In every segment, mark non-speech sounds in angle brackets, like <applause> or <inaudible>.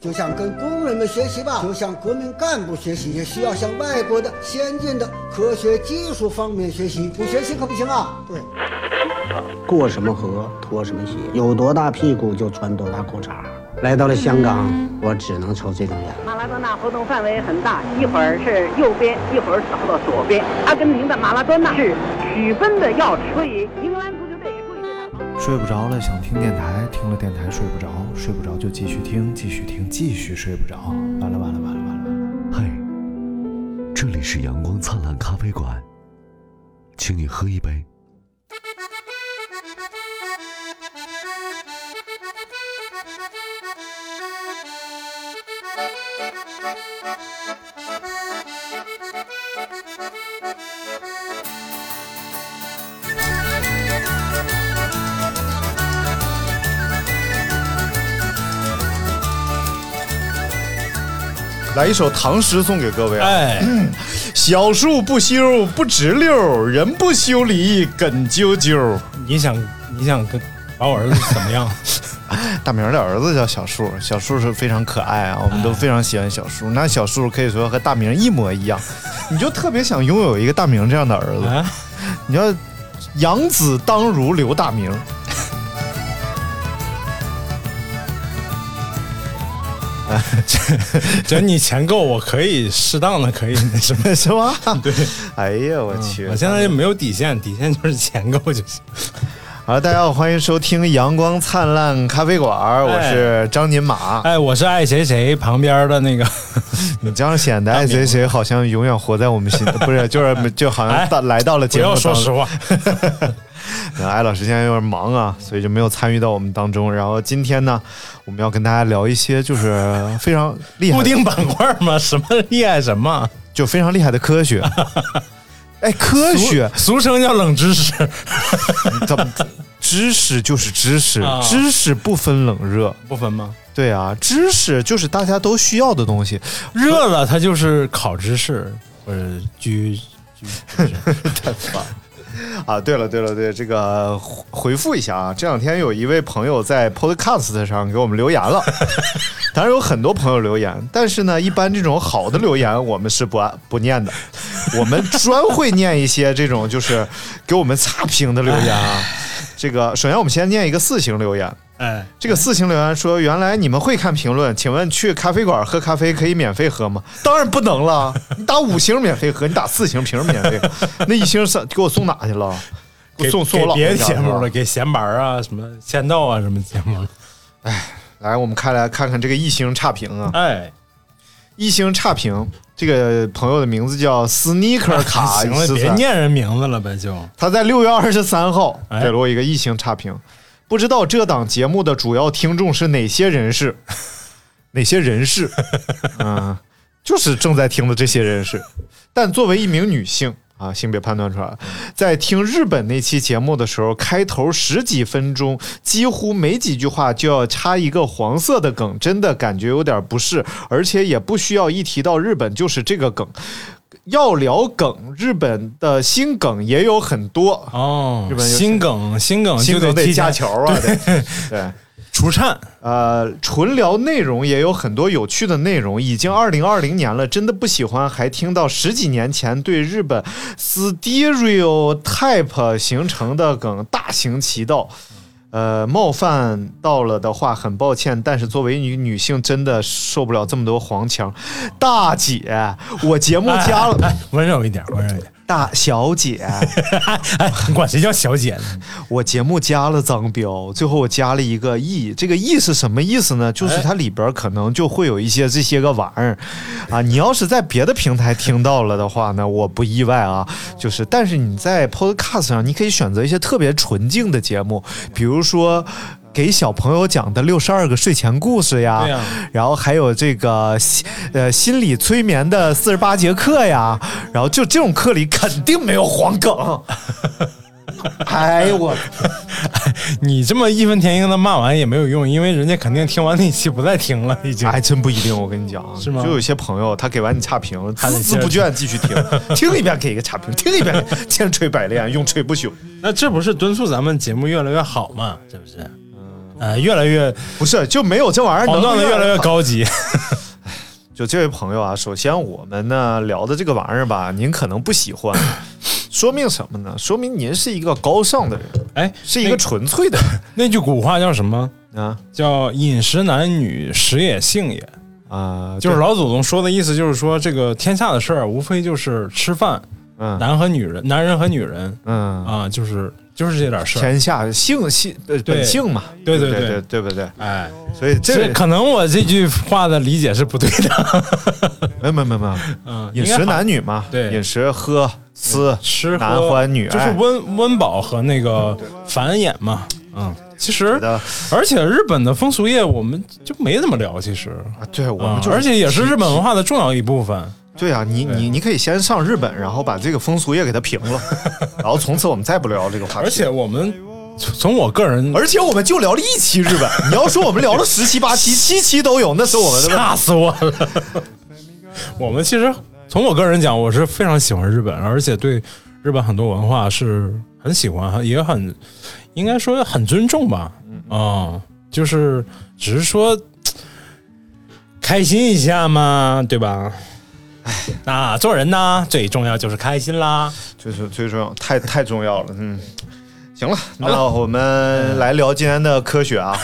就像跟工人们学习吧，就像革命干部学习，也需要向外国的先进的科学技术方面学习。不学习可不行啊！对，过什么河脱什么鞋，有多大屁股就穿多大裤衩。来到了香港，我只能抽这种烟。马拉多纳活动范围很大，一会儿是右边，一会儿倒到左边。阿根廷的马拉多纳是曲奔的钥匙，所以英格兰足球队也注意对他防守。睡不着了，想听电台，听了电台睡不着，睡不着就继续听，继续听，继续睡不着，完了完了完了完了完了。嗨，这里是阳光灿烂咖啡馆，请你喝一杯。来一首唐诗送给各位啊！哎，小树不修不直溜，人不修理梗啾啾。你想你想跟把我儿子怎么 <laughs> 样？大明儿的儿子叫小树，小树是非常可爱啊，我们都非常喜欢小树。那小树可以说和大明一模一样，你就特别想拥有一个大明这样的儿子。啊，你要养子当如刘大明。只要你钱够，我可以适当的可以那什 <laughs> <laughs> 么。是吧？对，哎呀，我去！嗯我现在也没有底线，底线就是钱够就行。好，大家好，欢迎收听《阳光灿烂咖啡馆》，我是张金马。哎，我是爱谁谁旁边 <laughs> 的那个，你这样显得爱谁谁好像永远活在我们心，不是，就是就好像到来到了哎不节目要当说实中。 <laughs> 话。艾老师现在有点忙啊，所以就没有参与到我们当中。然后今天呢，我们要跟大家聊一些就是非常厉害 <laughs> 固的、定板块嘛，什么厉害什么，就非常厉害的科 <laughs> 学。哎，科学俗称叫冷知识。怎么？知识就是知识啊，知识不分冷热。不分吗？对啊，知识就是大家都需要的东西。热了它就是烤芝士或者焗焗。啊，对了对了对，这个回回复一下啊，这两天有一位朋友在 Podcast 上给我们留言了，当然有很多朋友留言，但是呢，一般这种好的留言我们是不按不念的，我们专会念一些这种就是给我们差评的留言啊。这个首先我们先念一个四星留言，哎，这个四星留言说：“原来你们会看评论，请问去咖啡馆喝咖啡可以免费喝吗？”当然不能 <laughs> 了，你打五星免费喝，你打四星凭什么免费喝？那一星上给我送哪去了？给我给送送我给老婆别的家节目是吧了，给闲白啊，什么签到啊，什么节目了。来，我们看来看看这个一星差评啊，哎，一星差评。这个朋友的名字叫 <laughs> Sneaker 卡，行了，四别三念人名字了呗，就他在六月二十三号哎给了我一个一星差评，不知道这档节目的主要听众是哪些人士？哪些人士？嗯，就是正在听的这些人士。但作为一名女性啊，性别判断出来了，在听日本那期节目的时候，开头十几分钟几乎没几句话就要插一个黄色的梗，真的感觉有点不适，而且也不需要一提到日本就是这个梗。要聊梗，日本的新梗也有很多，哦日，本有心梗心梗新就梗啊提得前架桥啊， <laughs> 得对。除 <laughs> 颤。呃，纯聊内容也有很多有趣的内容。已经二零二零年了，真的不喜欢还听到十几年前对日本 stereotype 形成的梗大行其道。呃，冒犯到了的话，很抱歉，但是作为女女性，真的受不了这么多黄腔。大姐，我节目加了、 <laughs> 哎，哎温柔一点，温 <laughs> 柔一点。大小姐，哎，你管谁叫小姐呢？ <laughs> 我节目加了脏标，最后我加了一个 “e”，这个 “e” 是什么意思呢？就是它里边可能就会有一些这些个玩意儿啊。你要是在别的平台听到了的话呢，我不意外啊。 <laughs> 就是，但是你在 Podcast 上，你可以选择一些特别纯净的节目，比如说。给小朋友讲的六十二个睡前故事呀，对呀然后还有这个心呃心理催眠的四十八节课呀，然后就这种课里肯定没有黄 <laughs> 梗。哎呦我你这么义愤填膺的骂完也没有用，因为人家肯定听完那期不再听了，已经。还真不一定，我跟你讲啊，是吗就有些朋友他给完你差评，孜得孜不倦继续听，听一遍给一个差评，听一遍千锤百炼，永垂不朽。那这不是敦促咱们节目越来越好吗？这不是？呃，越来越不是就没有这玩意儿黄能段子哎越来越高。高 <laughs> 级。就这位朋友啊，首先我们呢聊的这个玩意儿吧，您可能不喜欢，说明什么呢？说明您是一个高尚的人，哎，是一个纯粹的人那句古话叫什么？啊叫“饮食男女，食也性也啊”，，就是对老祖宗说的意思，就是说这个天下的事儿无非就是吃饭，嗯男和女人，男人和女人嗯，啊，就是就是这点事儿。天下性性呃对本性嘛，对对对对对对不对？哎，所以这这个可能我这句话的理解是不对 <laughs> 的。没有没有没有没有，嗯，饮应食该好男女嘛，对饮食喝思 <laughs> 吃男喝欢女哎就是爱温温饱和那个繁衍嘛。嗯，其实的而且日本的风俗业我们就没怎么聊，其实啊，对我啊们就而且也是日本文化的重要一部分。对啊，你你你可以先上日本，然后把这个风俗业给它平 <laughs> 了，然后从此我们再不聊这个话题。嗯而且我们从从我个人，而且我们就聊了一期日本，你要说我们聊了十期八 <laughs> 期，七期都有，那是我们的问题。吓死我了。 <laughs> 我们其实从我个人讲，我是非常喜欢日本，而且对日本很多文化是很喜欢，很也很应该说很尊重吧。啊、就是只是说开心一下嘛，对吧？那做人呢，最重要就是开心啦。就是最重要，太太重要了。嗯，行了，那我们来聊今天的科学 <laughs> 啊，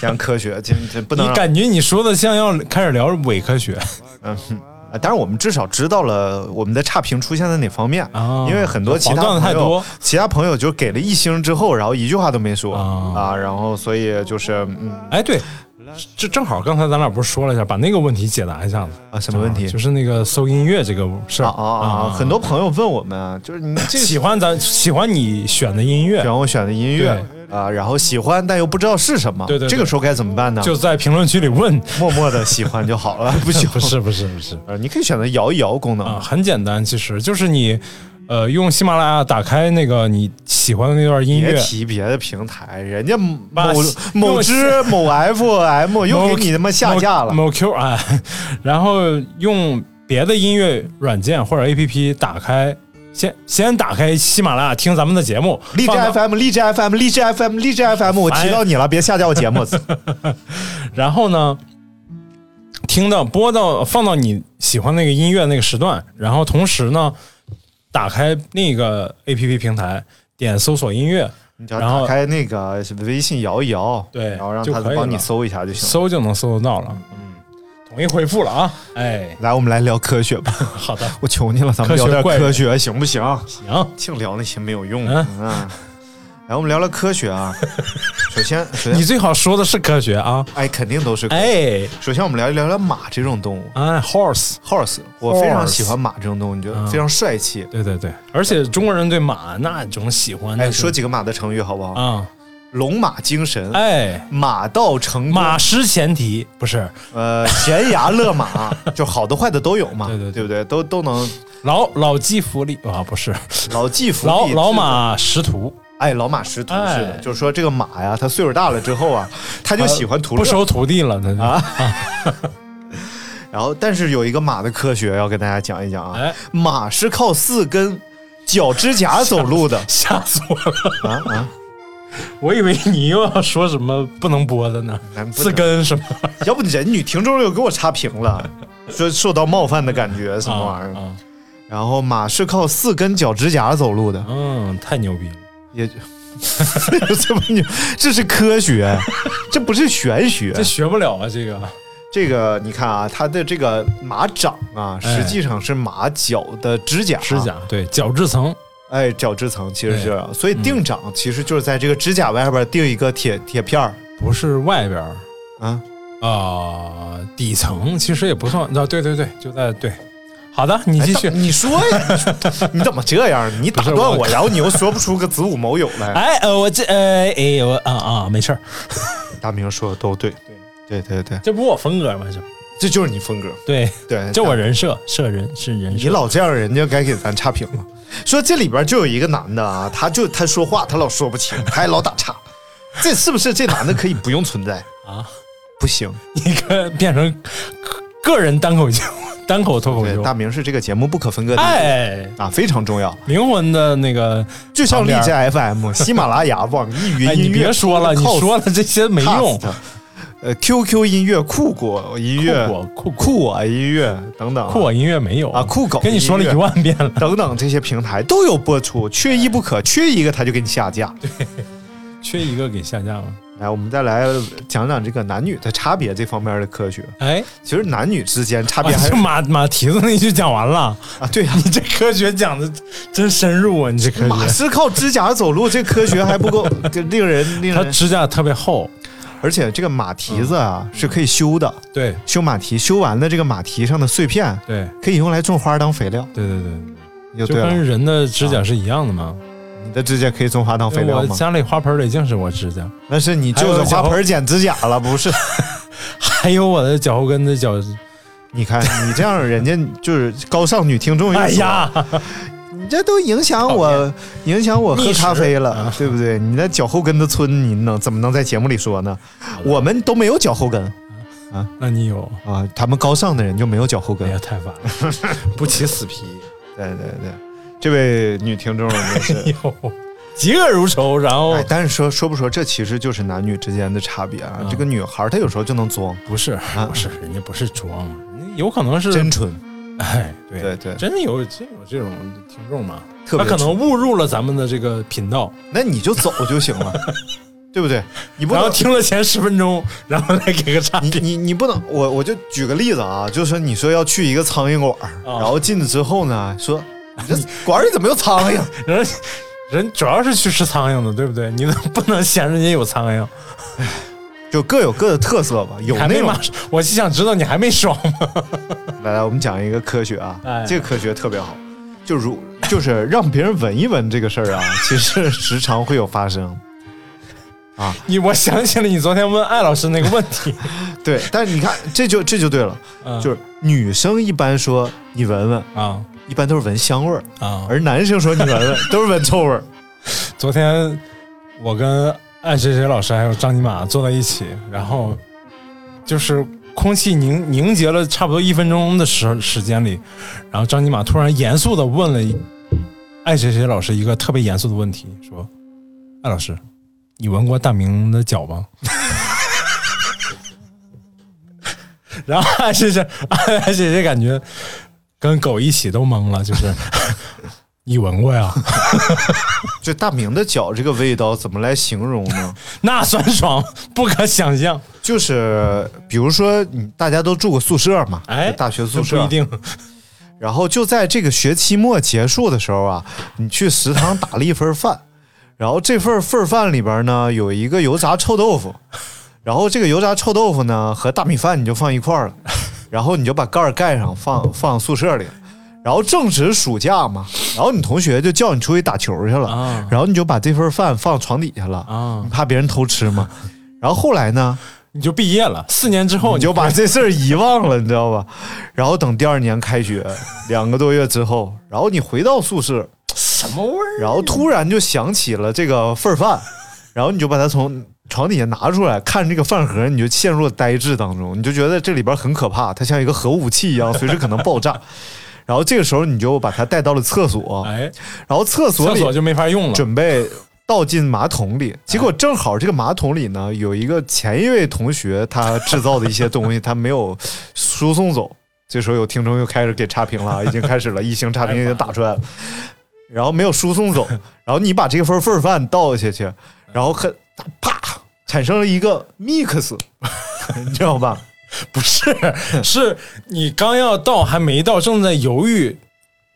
讲科学，今这不能你让感觉你说的像要开始聊伪科学嗯。哼啊，但是我们至少知道了我们的差评出现在哪方面，啊因为很多其他黄段朋子太友多，其他朋友就给了一星之后，然后一句话都没说啊啊，然后所以就是嗯哎，对，这正好刚才咱俩不是说了一下，把那个问题解答一下子。啊什么问题啊就是那个搜音乐这个事儿啊啊啊，很多朋友问我们，啊就是 <laughs> 你这喜欢咱喜欢你选的音乐然，后选的音乐啊，然后喜欢但又不知道是什么，对对对这个时候该怎么办呢？就在评论区里问。默默的喜欢就好了，不行 <laughs> 不是不是不是呃， <laughs> 你可以选择摇一摇功能啊，很简单，其实就是你，呃，用喜马拉雅打开那个你喜欢的那段音别乐，提别的平台，人家把某喜某知某 FM 又给你他妈下架了某某 Q 啊，然后用别的音乐软件或者 APP 打开，先先打开喜马拉雅听咱们的节目，荔枝放到 FM，荔枝 FM，荔枝 FM，荔枝 FM，我提到你了，别下架我节目。然后呢，听到播到放到你喜欢那个音乐那个时段，然后同时呢，打开另一个 A P P 平台，点搜索音乐，你只要然后打开那个微信摇一摇，对然后让就他可以帮你了搜一下就行了。搜就能搜得到了。嗯，统一回复了啊。哎，来，我们来聊科 <laughs> 学吧。好的，我求你了，咱们科聊学点怪人科学行不行？行，净聊那些没有用的。嗯嗯，来，我们聊聊科学 <laughs> 啊。首先，首你先，最好说的是科学啊。哎，肯定都是。哎首先，我们聊一聊聊马这种动物哎，horse， ，horse。我非常 Horse 喜欢马这种动物，你觉得嗯非常帅气。对对对，而且中国人对马那种喜欢，那哎，是说几个马的成语好不好？啊，龙马精神，哎，马到成功马，失前蹄不是呃，悬崖勒马，就好的坏的都有嘛，对对对不对？都都能老老骥伏枥啊，不是老骥伏枥。老是老的马识途。哎，老马识途哎是的，就是说这个马呀，它岁数大了之后啊，它就喜欢图不乐。收徒弟了，那就啊然后，但是有一个马的科学要跟大家讲一讲啊，哎马是靠四根脚趾甲走路的 <laughs> 吓死我了！啊啊！我以为你又要说什么不能播的呢咱，不能四根什么要不人女听众又给我差评 <laughs> 了，说受到冒犯的感觉什么玩意儿。啊？然后马是靠四根脚趾甲走路的，嗯，太牛逼了！也就 <laughs> 这么牛，这是科学，这不是玄学这。学不了啊，这个这个你看啊，它的这个马掌啊，哎实际上是马脚的指甲，啊指甲哎对角质层，哎，角质层其实是啊对，所以定掌其实就是在这个指甲外边定一个铁铁片儿不是外边儿啊。啊，底层其实也不算啊，对对对，就在对。好的，你哎继续等。你说呀， <laughs> 你怎么这样？你打断不是我，我然后你又说不出个子午卯酉来。哎，呃，我这呃，哎，我啊啊，没事儿，大明说的都对，对对对对，这不我风格吗？这这就是你风格。对，对，这我人设，设人是人你设。老这样，人家该给咱差评了。说这里边就有一个男的啊，他就他说话他老说不清，他还老打岔，这是不是这男的可以不用存在啊？不行， <laughs> 你个变成个个人单口节目单口脱口对，秀，大明是这个节目不可分割的一部分哎，啊，非常重要。灵魂的那个，就像旁荔边枝 <laughs> FM、喜马拉雅、网易云哎，音乐，你别说了，你 Cast 说了这些没用。。 <laughs> 呃，QQ 音乐、酷果音乐、酷我酷酷我音乐等等啊，酷我音乐没有啊酷狗跟你说了音乐一万遍了。等等这些平台都有播出，缺一不可，缺一个他就给你下架。缺一个给下架吗？来，我们再来讲讲这个男女的差别这方面的科学。哎，其实男女之间差啊别还是这马马蹄子那句讲完了，啊， <laughs> 对呀、你这科学讲的真深入啊！你这科马学，是靠指甲走路，这科学还不够，这令人令它人。指甲特别厚，而且这个马蹄子啊、是可以修的，对修马蹄，修完了这个马蹄上的碎片对可以用来种花当肥料，对对对，你就就对了啊跟。人的指甲是一样的嘛。你的指甲可以种花当肥料哎我吗？家里花盆里净是我指甲，那是你就是花盆剪指甲了，不 <laughs> 是？还有我的脚后跟的脚，你看你这样，人家就是高尚女听众又说，哎呀，你这都影响我，影响我喝咖啡了，啊对不对？你那脚后跟的村，你能怎么能在节目里说呢？我们都没有脚后根那你有？啊，他们高尚的人就没有脚后哎根呀，。太烦了，不起死皮，对对对，这位女听众也 <laughs> 是。有哎嫉恶如仇，然后哎，但是说说不说，这其实就是男女之间的差别啊。嗯这个女孩她有时候就能装不是不是，人家不是装，人家有可能是啊真纯，哎，对对对真的有真有这种听众嘛？特他别可能纯误入了咱们的这个频道，那你就走就行 <laughs> 了，对不对？你不然后能听了前十分钟，然后再给个差你评。你你不能，我我就举个例子啊，就是说你说要去一个苍蝇馆儿，啊然后进去之后呢， <laughs> 说你这馆儿里怎么有苍蝇？啊人人主要是去吃苍蝇的，对不对？你不能嫌人家有苍蝇， <laughs> 就各有各的特色吧，有还那没种骂。，我就想知道你还没爽吗？来来，我们讲一个科学啊，哎这个科学特别好，就如就是让别人闻一闻这个事儿啊， <laughs> 其实时常会有发生。你我想起了你昨天问艾老师那个问 <laughs> 题，对，但是你看，这就这就对了，嗯就是女生一般说你闻闻，啊一般都是闻香味儿，啊！而男生说你闻闻，都是闻臭味儿。昨天我跟艾谁谁老师还有张尼玛坐在一起，然后就是空气凝凝结了差不多一分钟的时时间里，然后张尼玛突然严肃的问了一艾谁谁老师一个特别严肃的问题，说：“艾老师，你闻过大明的脚吗？” <laughs> 然后艾谁谁艾谁谁感觉跟狗一起都懵了，就是 <laughs> 你闻过呀？这大明的脚这个味道怎么来形容呢？那酸爽不可想象。就是比如说，你大家都住过宿舍嘛，哎，就大学宿这舍不一。定。然后就在这个学期末结束的时候啊，你去食堂打了一份饭，然后这份份饭里边呢有一个油炸臭豆腐，然后这个油炸臭豆腐呢和大米饭你就放一块儿了，然后你就把盖儿盖上放放宿舍里了。然后正值暑假嘛，然后你同学就叫你出去打球去了，啊然后你就把这份饭放床底下了，啊你怕别人偷吃嘛。然后后来呢，你就毕业了，四年之后你就把这事儿遗忘了，你知道吧？然后等第二年开学，两个多月之后，然后你回到宿舍，什么味儿？然后突然就想起了这个份儿饭，然后你就把它从床底下拿出来，看这个饭盒，你就陷入了呆滞当中，你就觉得这里边很可怕，它像一个核武器一样，随时可能爆炸。 <laughs> 然后这个时候你就把它带到了厕所，哎，然后厕所厕里所就没法用了。准备倒进马桶里，结果正好这个马桶里呢有一个前一位同学他制造的一些东西，他没有输送走。 <laughs> 这时候有听众又开始给差评了，已经开始了，一星差评已经打出来了。然后没有输送走，然后你把这份份儿饭倒下去，然后很啪产生了一个 mix，你知道吧？不是， <laughs> 是你刚要到还没到，正在犹豫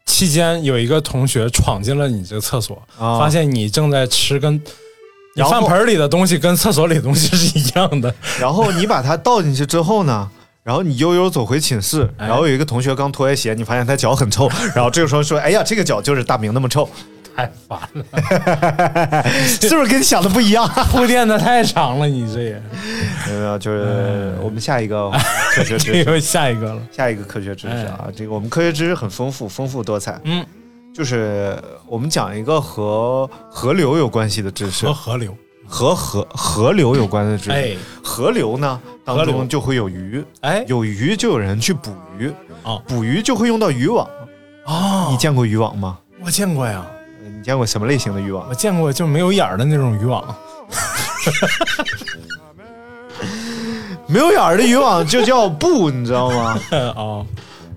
期间，有一个同学闯进了你这个厕所，啊发现你正在吃跟你然后饭盆里的东西跟厕所里的东西是一 <laughs> 样的。然后你把它倒进去之后呢，然后你悠悠走回寝室，哎然后有一个同学刚脱下鞋，你发现他脚很臭，然后这个时候说：“哎呀，这个脚就是大明那么臭，太烦了，是不是跟你想的不一样铺垫的太长了，你这也。？” <laughs> 没有没有，就是我们下一 <laughs> 个科学知识，哎这又下一个了。哎下一个科学知识啊，这个我们科学知识很丰富，丰富多彩。嗯，就是我们讲一个和河流有关系的知识和，河流，和河河流有关的知识。哎，河流呢，当中就会有鱼，哎有鱼就有人去捕鱼，哦捕鱼就会用到渔网。啊你见过渔网吗？我见过呀，呃你见过什么类型的渔网我？见过就没有眼儿的那种渔网，没有眼儿的渔网就叫布， <laughs> 你知道吗？哦，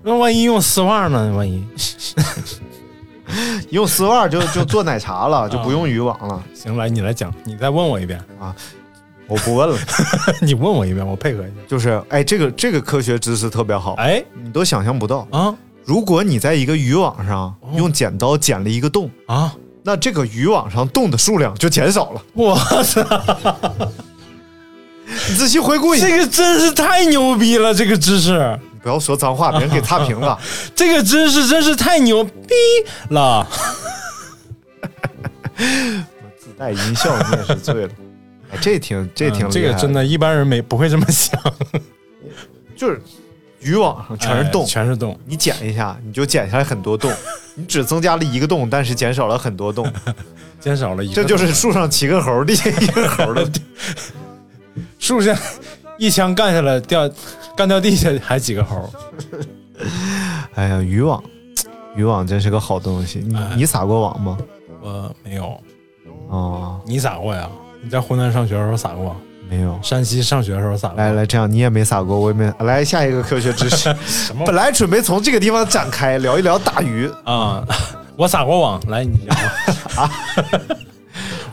那万一用丝袜呢？万一 <laughs> 用丝袜就就做奶茶啊了，就不用渔网了。行，来你来讲，你再问我一遍， <laughs> 我不问了，你问我一遍，我配合一下。就是哎，这个这个科学知识特别好，哎你都想象不到。啊如果你在一个渔网上哦用剪刀剪了一个洞，啊！那这个渔网上洞的数量就减少了。我操， <laughs> 你仔细回顾一下，这个真是太牛逼了！这个知识，你不要说脏话，别 <laughs> 人给差评了。这个知识真是太牛逼了！自带音效你也是醉了，哎，这挺这挺厉害、嗯这个真，的，一般人没不会这么想，就是渔网上 <laughs> 全是洞，哎全是洞。你剪一下你就剪下来很多洞， <laughs> 你只增加了一个洞，但是减少了很多 <laughs> 洞，减少了一个这洞，就是树上骑个猴，地下一个猴 <laughs> 的。树下一枪干下来掉，干掉地下还几个猴。哎呀，渔网，渔网真是个好东西。你哎你撒过网吗？我没有，哦，你撒过呀？你在湖南上学的时候撒过，没有。山西上学的时候撒过。来来，这样你也没撒过，我也没。来下一个科学知识， <laughs> 什么本来准备从这个地方展开聊一聊大鱼，啊、我撒过网，来你讲吧 <laughs>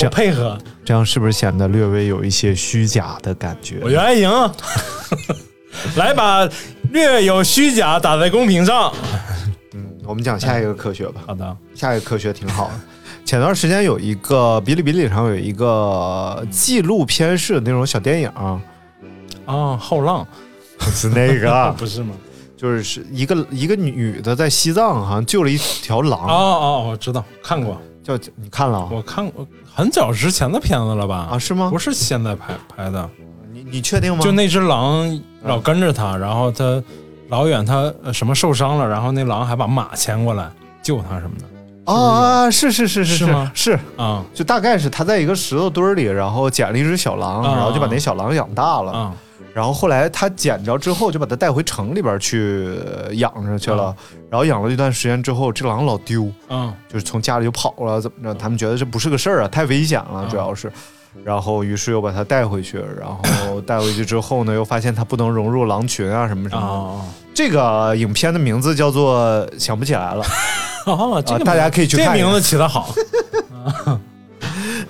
我配合，这样是不是显得略微有一些虚假的感觉？我原来赢。 <laughs> 来把略有虚假打在公屏上。嗯，我们讲下一个科学吧。好的，下一个科学挺好的。 <laughs> 前段时间有一个哔哩哔哩上有一个呃纪录片式的那种小电影，啊，后浪是那个，不是啊吗？ <laughs> 就是是一个一个女的在西藏好像救了一条哦狼，哦，我知道，看过，叫你看了啊我看过很早之前的片子了吧？啊？是吗不？是现在拍拍的，你你确定吗？嗯就那只狼老跟着他，然后他老远他呃什么受伤了，然后那狼还把马牵过来救他什么的啊啊是是是是是吗是，啊就大概是他在一个石头堆儿里，然后捡了一只小狼，啊然后就把那小狼养大了。啊然后后来他捡着之后，就把它带回城里边去呃养着去了。然后养了一段时间之后，这狼老丢，啊就是从家里就跑了，怎么着？他们觉得这不是个事儿啊，太危险了，嗯主要是。然后于是又把它带回去，然后带回去之后呢，又发现它不能融入狼群啊什么什啊么的。啊！这个影片的名字叫做想不起来了， <laughs> <laughs> 哦，这啊个名大家可以去这看一名看字起得好。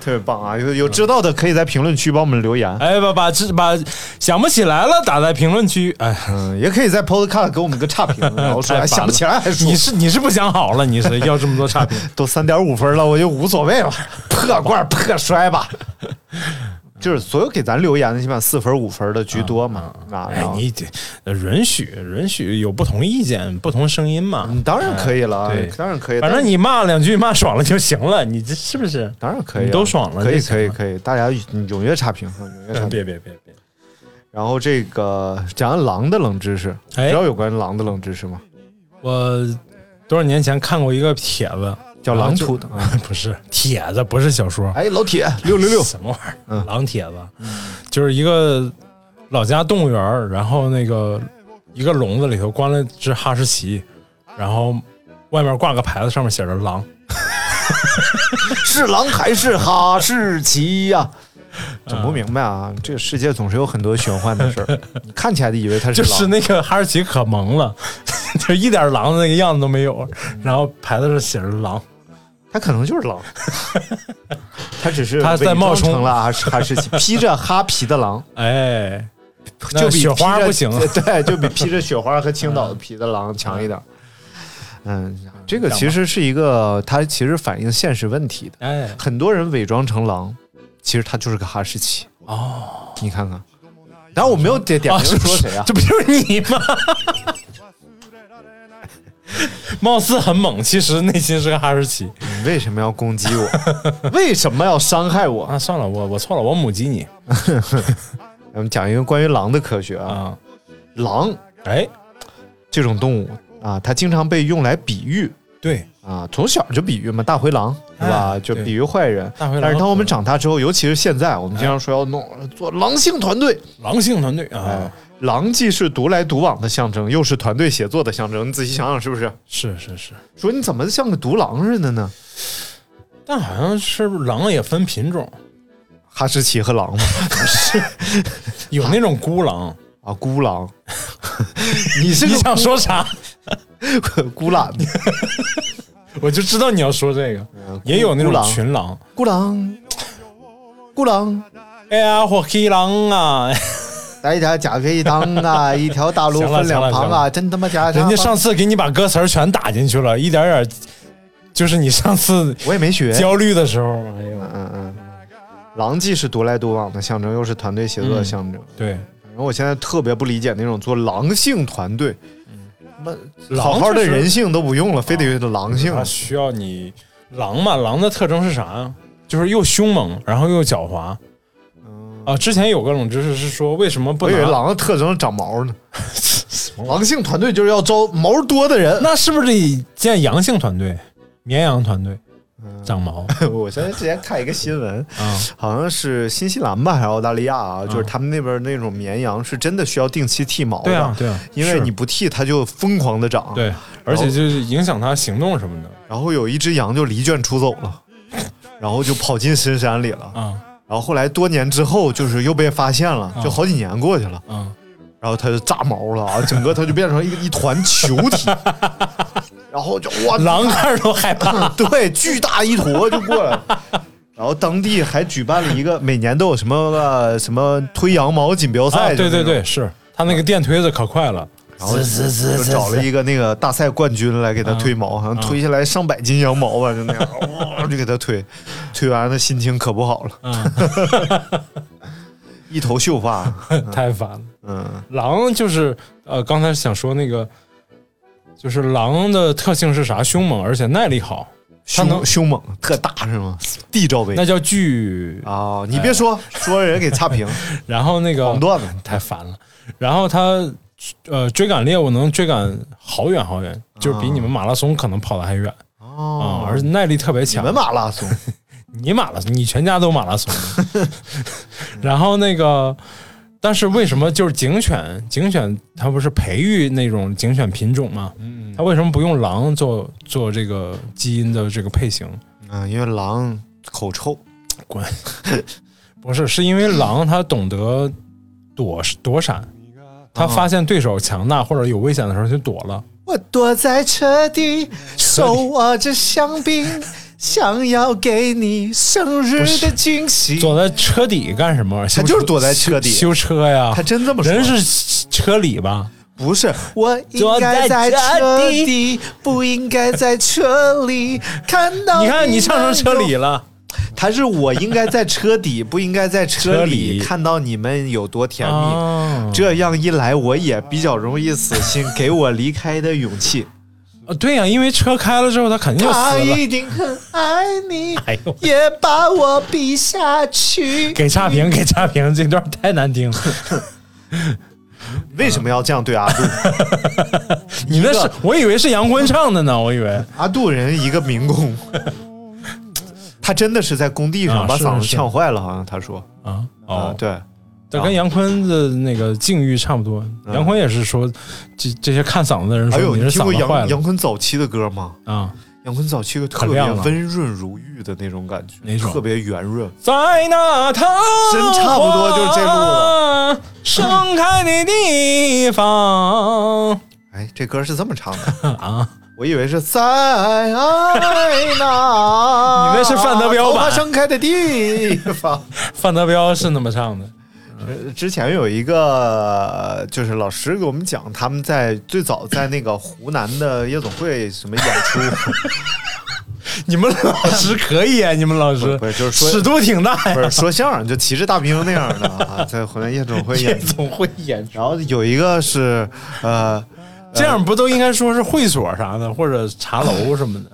特别棒啊！有有知道的可以在评论区帮我们留言，哎，把把这把想不起来了打在评论区。哎，嗯，也可以在 Podcast 给我们个差评，然后说太哎烦想不起来还说你是你是不想好了，<laughs> 你是要这么多差评？都三点五分了，我就无所谓了，破罐破摔 <laughs> 吧。就是所有给咱留言的，起码四分五分的居多嘛。啊，哎然，后你得允许允许有不同意见、不同声音嘛你。当然可以了，对嗯当然可以。反但正你骂两句，骂爽了就行了。你这是不是？当然可以啊，你都爽了可以就行可了嗯以可以，大家踊跃差评，踊跃差评。别别别别！然后这个讲狼的冷知识，哎啊知道有关狼的冷知识吗？我多少年前看过一个帖子， <laughs> 叫狼图腾。啊不是帖子，不是小说。哎，老 <laughs> 铁六六六，什么玩意儿？嗯狼帖子，就是一个老家动物园儿，然后那个一个笼子里头关了只哈士奇，然后外面挂个牌子，上面写着“狼是狼还是哈士奇呀？整不明白啊！这个世界总是有很多玄幻的事 <laughs> 儿。你看起来就以为它”，是就狼，是那个哈士奇可 <laughs> 萌了，就一点狼的那个样子都没有，嗯然后牌子上写着“狼它可能 <laughs> 就是狼，它只是它在冒充伪装成了哈士哈士奇，披着哈皮的狼，”。哎，那就比雪花披着不行 <laughs> 对，就比披着雪花和青岛的皮的狼强一点。嗯，这个其实是一个，它其实反映现实问题的。哎，很多人伪装成狼，其实他就是个哈士奇。哦，你看看，当然我没有点点名是不说是谁啊，这不就是你吗？貌似很猛，其实内心是个哈士奇你 <laughs> 为什么要攻击 <laughs> 我？为什么要伤害我？啊！算了，我我错了，我母鸡你我们讲一个关于狼的科学啊，啊！狼哎，这种动物啊，它经常被用来比喻对，啊，从小就比喻嘛，大灰狼对吧？就比喻坏人。哎大灰狼哎但是当我们长大之后，尤其是现在，我们经常说要弄做狼性团队。狼性团队哎啊，，狼既是独来独往的象征，又是团队协作的象征。你仔细想想，是不是？是是是，说你怎么像个独狼似的呢？但好像是不是狼也分品种，哈士奇和狼嘛，有那种孤狼。啊，孤狼。 <laughs> 你是你个想说啥？ <laughs> <laughs> 孤狼，我就知道你要说这个，也有那嗯孤种狼群狼，孤狼，孤狼。哎呀，火黑狼啊！来一条甲飞当 <laughs> 啊，一条大行了行了行了啊真他妈假人家吧上次给你把歌词儿全打进去了，一点点儿，就是你上次我也没学。焦虑的时候，哎呦，嗯嗯，狼既是独来独往的象征，又是团队协作嗯的象征。对，然后我现在特别不理解那种做狼性团队，那狼啊好好的就是人性都不用了，非得有狼性它。需要你狼嘛，狼的特征是啥呀？就是又凶猛，然后又狡猾。啊，之前有个冷知识是说，为什么不嗯我以拿为？狼的特征是长毛 <laughs> 呢。狼性团队就是要招毛多的人。那是不是得建阳性团队、绵羊团队、嗯长 <laughs> 毛我现在之前看一个新闻，啊？好像是新西兰吧，还是澳大利亚啊，就是他们那边那种绵羊是真的需要定期剃毛的。<laughs> 对啊，对啊，因为是你不剃它就疯狂的长。，对，而且就是影响它行动什么的然后有一只羊就离圈出走了，嗯然后就跑进深山里了。啊然后后来多年之后，就是又被发现了，嗯就好几年过去了，啊！然后它就炸毛了啊，整个它就变成一个一团球 <laughs> 体，然后就哇，。啊狼看着都害怕 <laughs> 对，巨大一坨就过来了。然后当地还举办了一个每年都有什么个什么推羊毛锦标啊，赛、对对对，，是他那个电推子可快了。然后就找了一个那个大赛冠军来给他推毛，好像推下来上百斤羊毛吧，就那 <laughs> 样，哇，就给他推，推完他心情可不好了，嗯一头秀 <laughs> 发，太烦了。嗯，狼就是呃，刚才想说那个，就是狼的特性是啥？凶猛，而且耐力好，他能凶凶猛，特大是吗？地罩杯那叫巨。啊！你别说，说人给差 <laughs> 评，然后那个黄段子，太烦了。然后它呃追赶猎物能追赶好远好远，就是比你们马拉松可能跑得还远啊、啊哦，而且耐力特别你强。们马拉 <laughs> 松，你马拉松，你全家都马拉松。 <laughs> 然后那个，但是为什么就是警犬？警犬它不是培育那种警犬品种吗？嗯它为什么不用狼做做这个基因的这个配型？嗯，因为狼口臭， <laughs> 不是，是因为狼它懂得躲躲闪，啊它发现对手强大或者有危险的时候就躲了。 <laughs> 我躲在车底，手握着香槟，想要给你生日的惊喜。躲在车底干什么？他修就是躲在车底修车呀。他真这么说？人是车里吧？不是？我应该在车底，不应该在车里看 <laughs> 到。你看你唱成车里了，了。他是我应该在车底，不应该在车车里啊里看到你们有多甜蜜。哦这样一来，我也比较容易死心，给我离开的勇气。啊，对呀、因为车开了之后，他肯定就死他了。一定很爱你，哎呦，也把我比下去。给差评，给差评，这段太难听了。为什么要这样对阿 <laughs> 杜？你那是，我以为是杨坤唱的呢，我以为。阿杜人一个民 <laughs> 工，他真的是在工地上啊把是嗓子是呛坏了，好像他说啊，啊哦，，对，这跟杨坤的那个境遇差不多。杨坤也是说，这这些看嗓子的人还有说哎你你是听嗓过子杨坏了杨坤早期的歌吗？啊。杨坤早期的特可别亮了温润如玉的那种感觉，哪种特别圆润。在那桃花真差不多就是这路了盛开的地方哎，这歌是这么唱的，啊，我以为是在 <laughs> 爱那，以为是范德彪头版发盛开的地 <laughs> 方。范德彪是那么唱的。呃之前有一个就是老师给我们讲，他们在最早在那个湖南的夜总会什么演 <laughs> 出，你们老师可以啊，你们老师不是就是说尺度挺大呀不，是说相声就骑着大兵那样的啊，在湖南夜总会夜演出。 <laughs> 总会演出。然后有一个是呃， <laughs> 这样不都应该说是会所啥的，或者茶楼什么的？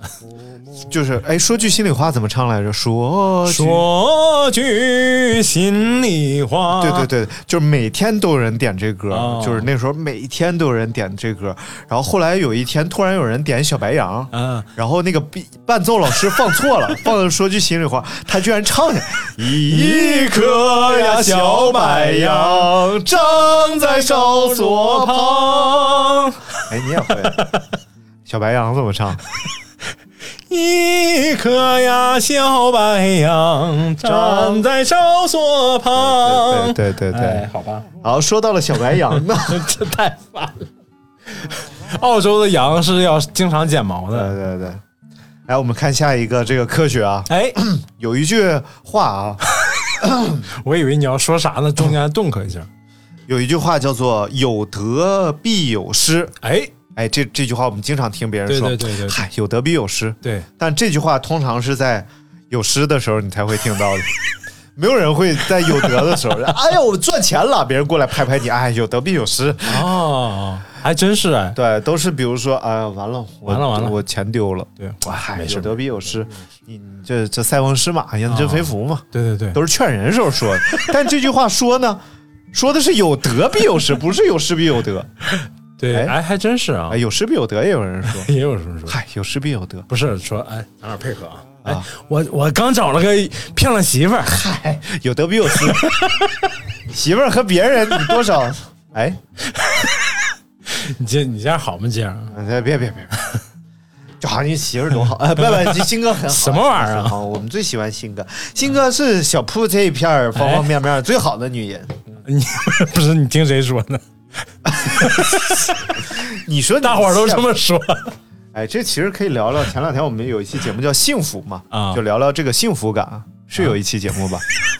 就是哎，说句心里话，怎么唱来着？说啊句说句心里话，对对，对，就是每天都有人点这歌，哦就是那时候每天都有人点这歌。然后后来有一天，突然有人点小白杨，啊，然后那个伴伴奏老师放错了，放了说句心里话，他居然唱下一颗呀小白杨长在哨所旁。哎，你也 <laughs> 会？小白杨怎么唱？一颗呀小白杨站在哨所旁，对对对对对哎好吧，然后说到了小白杨呢，这太烦了。澳洲的羊是要经常剪毛对的，对对。来，我们看下一个这个科学啊，哎，有一句话啊，我以为你要说啥呢，中间还顿壳哦一下，有一句话叫做“有得必有失哎，”，哎，这这句话我们经常听别人对说，对对对对嗨，有得必有失。对，但这句话通常是在有失的时候你才会听 <laughs> 到的，没有人会在有得的时候，哎呀，我赚钱了，别人过来拍拍你，哎，有得必有失。哦，还真是哎，对，都是比如说，啊、完了，我完了完了我钱丢了，对哇，嗨，没事有得必有失，你你这这塞翁失马，焉知非福嘛。对对对，都是劝人时候说的。但这句话说呢，说的是有得必有失，不是有失必有得。对，哎哎，还真是啊，啊，，有失必有得，也有人说也有什么说。嗨，有失必有得。不是说哎，咱俩配合啊！哎，我我刚找了个漂亮媳妇儿，嗨，有得必有失。 <laughs> 媳妇儿和别人，你多少？哎，你这你这样好吗？这样哎别别别别，就好像你媳妇儿多好。哎，不不，这新哥很好。 <laughs> 什么玩意儿啊很好我们最喜欢新哥，新哥是小铺这一片哎儿方方面面最好的女人。你 <laughs> 不是你听谁说呢？ <laughs> 你说你大伙儿都这么说，哎，这其实可以聊聊。前两天我们有一期节目叫《幸福》嘛，啊就聊聊这个幸福感，啊是有一期节目吧？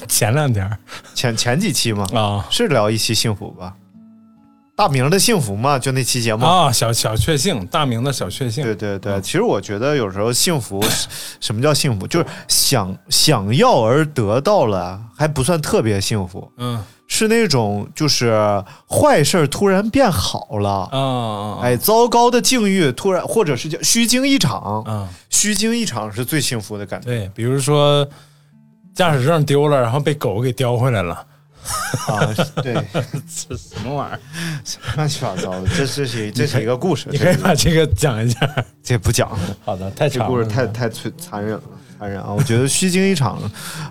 前两天儿前前几期嘛，啊是聊一期幸福吧？大明的幸福嘛，就那期节目。啊，嗯小小确幸，大明的小确幸，对对对，其实我觉得有时候幸福，什么叫幸福？就是想想要而得到了，还不算特别幸福，嗯是那种就是坏事儿突然变好啊了，啊哎，糟糕的境遇突然，或者是叫虚惊一场，啊，虚惊一场是最幸福的感觉。对，比如说驾驶证丢了，然后被狗给叼回来了，啊，对， <laughs> 这什么玩意儿？ <laughs> 乱七八糟的，这这是这是一个故事，你可以这把这个讲一下。这不讲了，好的，太这长了，故事太太残残忍了，残忍啊！我觉得虚惊一场，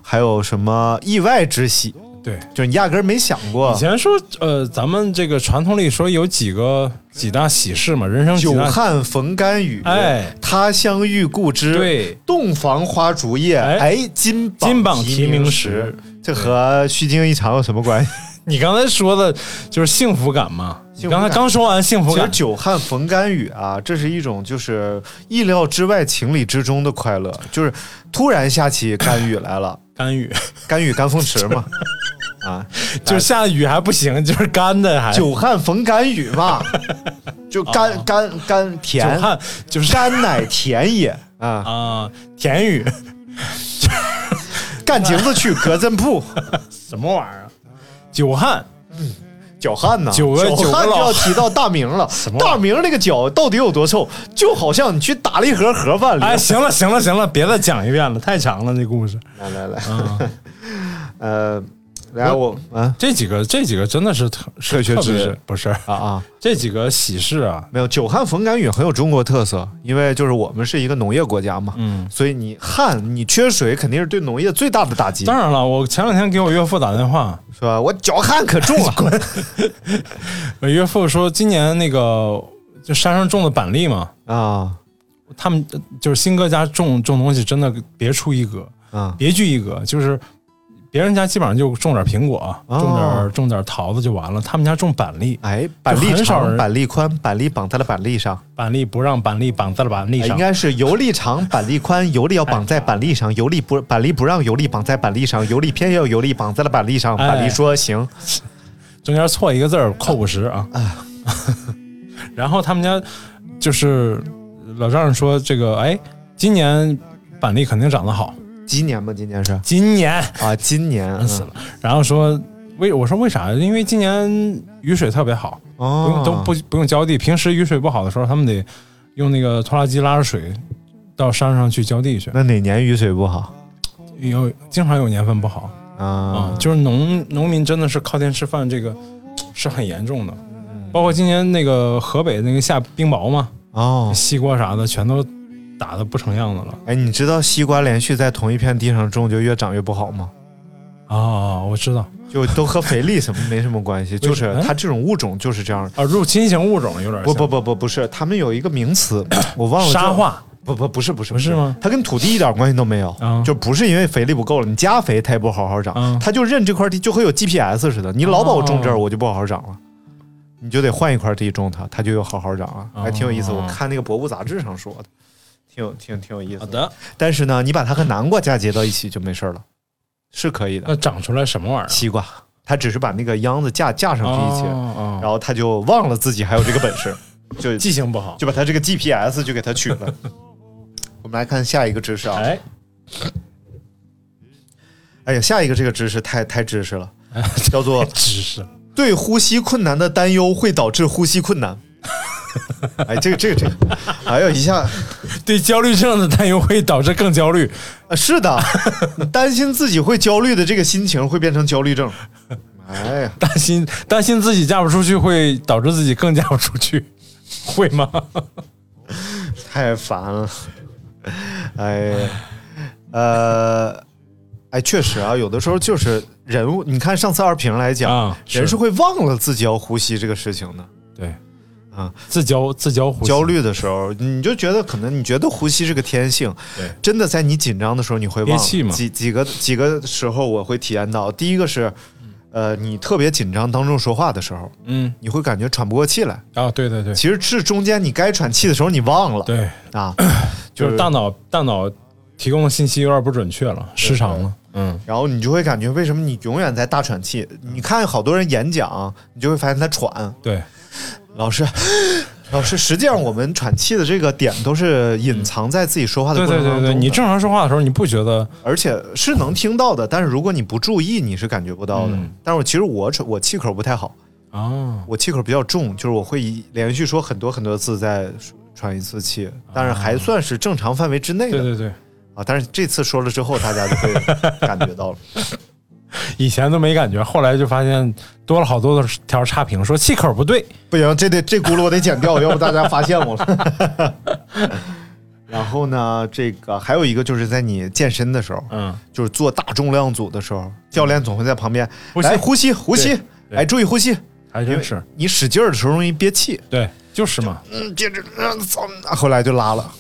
还有什么意外之喜，对。就是你压根儿没想过以。前说，呃，咱们这个传统里说有几个几大喜事嘛，人生久几大旱逢甘雨，哎他乡遇故知，对，洞房花烛夜，哎哎，金金榜题题名时时，这和虚惊一场有什么关系？ <laughs> 你刚才说的就是幸福感嘛？你幸福感刚才刚说完幸福其实感，久旱逢甘雨啊，这是一种就是意料之外、情理之中的快乐，就是突然下起甘雨来了，干 <laughs> 雨甘雨甘风池嘛，啊，就是下雨还不行，就是干的还久旱逢甘雨 <laughs> 嘛，就甘甘甘哦久甜，旱就是甘乃甜也啊，啊、甜雨干井子去隔阵 <laughs> 铺，什么玩意儿啊？久旱脚旱呐，九个脚九个旱就老要提到大明了 <laughs> 什，么玩意儿大明那个脚到底有多臭？就好像你去打了一盒盒饭里，哎，行了行了行了，别再讲一遍了，太长了这故事。来来来，啊呃，来我啊这几个这几个真的是特是科学特别知识不是啊啊。这几个喜事啊，没有，久旱逢甘雨很有中国特色，因为就是我们是一个农业国家嘛，嗯。所以你旱，你缺水，肯定是对农业最大的打击，当然了，我前两天给我岳父打电话，是吧？我脚旱可重啊了，<laughs> 滚！我岳父说今年那个就山上种的板栗嘛，啊他们呃就是新哥家种种东西真的别出一格，啊别具一格，就是别人家基本上就种点苹果，哦种点种点桃子就完了，他们家种板栗，哎，板就栗很少长，人板栗宽，板栗绑在了板栗上，板栗不让板栗绑在了板栗哎上，应该是游历长，板栗宽，游历要绑在板栗上，游历不板栗不让游历绑在板栗上，游历偏要游历绑在了板栗上，哎板栗说行，中间错一个字儿扣五十啊。 <laughs> 然后他们家就是老丈人说这个，哎，今年板栗肯定长得好，今年吧，今年是今年啊，今年烦死了。然后说为我说为啥？因为今年雨水特别好，嗯哦，不用都不不用浇地。平时雨水不好的时候，他们得用那个拖拉机拉着水到山上去浇地去，那哪年雨水不好有经常有年份不好啊啊，？就是农农民真的是靠天吃饭，这个是很严重的。嗯包括今年那个河北那个下冰雹嘛，哦，西瓜啥的全都打的不成样子了哎，你知道西瓜连续在同一片地上种就越长越不好吗？哦啊！我知道就都和肥力什么没什么关系，就 <laughs> 为什是么它这种物种就是这样的。啊，入侵型物种有点不像不不不不是，他们有一个名词，我忘了叫沙化不不不是不是不是吗它跟土地一点关系都没有，啊就不是因为肥力不够了，你加肥它也不好好长，啊它就认这块地就和有 GPS 似的，你老把我种这儿，我就不好好啊长了。你就得换一块地种它，它就又好好长了，还挺有意思。哦我看那个《博物》杂志上说的，挺有挺挺有意思好。的，但是呢，你把它和南瓜嫁接到一起就没事儿了，是可以的。那长出来什么玩意儿？啊西瓜，它只是把那个秧子架架上去一起，哦然后它就忘了自己还有这个本事， <laughs> 就记性不好。就把它这个 GPS 就给它取了。 <laughs> 我们来看下一个知识啊，哎，哎呀，下一个这个知识太太知识了，叫做知识对呼吸困难的担忧会导致呼吸困难。哎，这个这个这个，哎呦一下，对焦虑症的担忧会导致更焦虑。啊是的，你担心自己会焦虑的这个心情会变成焦虑症。哎呀，担心担心自己嫁不出去，会导致自己更嫁不出去，会吗？太烦了， <laughs> 哎呀，呃，哎，确实啊，有的时候就是人物，你看上次二平来讲，啊是人是会忘了自己要呼吸这个事情的。对，啊，自交自交互焦，虑的时候，你就觉得可能你觉得呼吸是个天性，对真的在你紧张的时候你会忘憋气嘛几几个几个时候我会体验到，第一个是，呃，你特别紧张当众说话的时候，嗯你会感觉喘不过气来，啊，对对对其实是中间你该喘气的时候你忘了，对，啊，就是大脑大脑提供的信息有点不准确了，失常了。嗯，然后你就会感觉为什么你永远在大喘气？你看好多人演讲，你就会发现他喘。对，老师， <laughs> 老师，实际上我们喘气的这个点都是隐藏在自己说话的对过程对当中对的对，你正常说话的时候，你不觉得而且是能听到的，但是如果你不注意，你是感觉不到的。嗯但是我其实我喘我气口不太好，啊？我气口比较重，就是我会一连续说很多很多次再喘一次气，但是还算是正常范围之内的啊对对对，啊。但是这次说了之后，大家就会感觉到了。以前都没感觉，后来就发现多了好多的条差评，说气口不对，不行，这得这轱辘我得剪掉，要不 <laughs> 大家发现我了。 <laughs> 然后呢，这个还有一个就是在你健身的时候，嗯，就是做大重量组的时候，教练总会在旁边呼吸来呼吸呼吸对，对来注意呼吸，还因真为是，你使劲儿的时候容易憋气，对，就是嘛，嗯，接着嗯，操，后来就拉 <laughs> 了，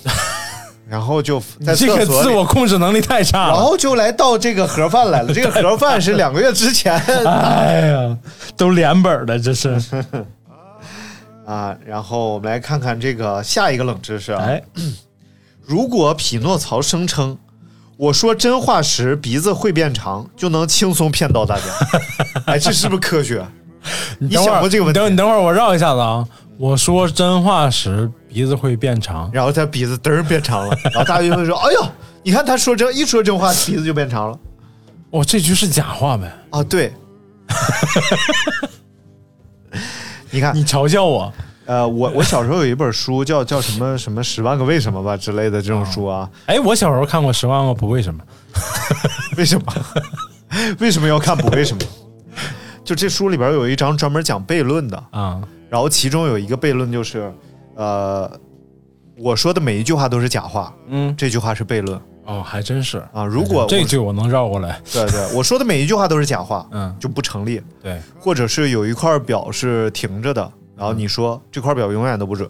然后就在这个厕所自里。我控制能力太差然了。后就来到这个盒饭来了，这个盒饭 <laughs> 是两个月之前 <laughs> 哎呀，都连本儿了，这是。啊。然后我们来看看这个下一个冷知识啊，哎，如果匹诺曹声称我说真话时鼻子会变长，就能轻松骗到大 <laughs> 家，哎，这是不是科学？你等会想儿过这个问你等你题？等会儿，我绕一下子啊。我说真话时鼻子会变长，然后他鼻子嘚儿变 <laughs> 长了，然后大家就会说：“哎呦，你看他说真一说真话，鼻子就变长了。哇，哦这句是假话呗？”啊，对。 <laughs> 你看 <laughs> 你，嘲笑我？呃，我我小时候有一本书叫叫什么什么十万个为什么吧之类的这种书啊，哎，我小时候看过《十万个不为什么》， <laughs> 为什么？为什么要看不为什么？就这书里边有一章专门讲悖论的，啊然后其中有一个悖论就是，呃，我说的每一句话都是假话，嗯，这句话是悖论哦，还真是。啊。如果我这句我能绕过来，对对，我说的每一句话都是假话，嗯就不成立。对，或者是有一块表是停着的，然后你说这块表永远都不准，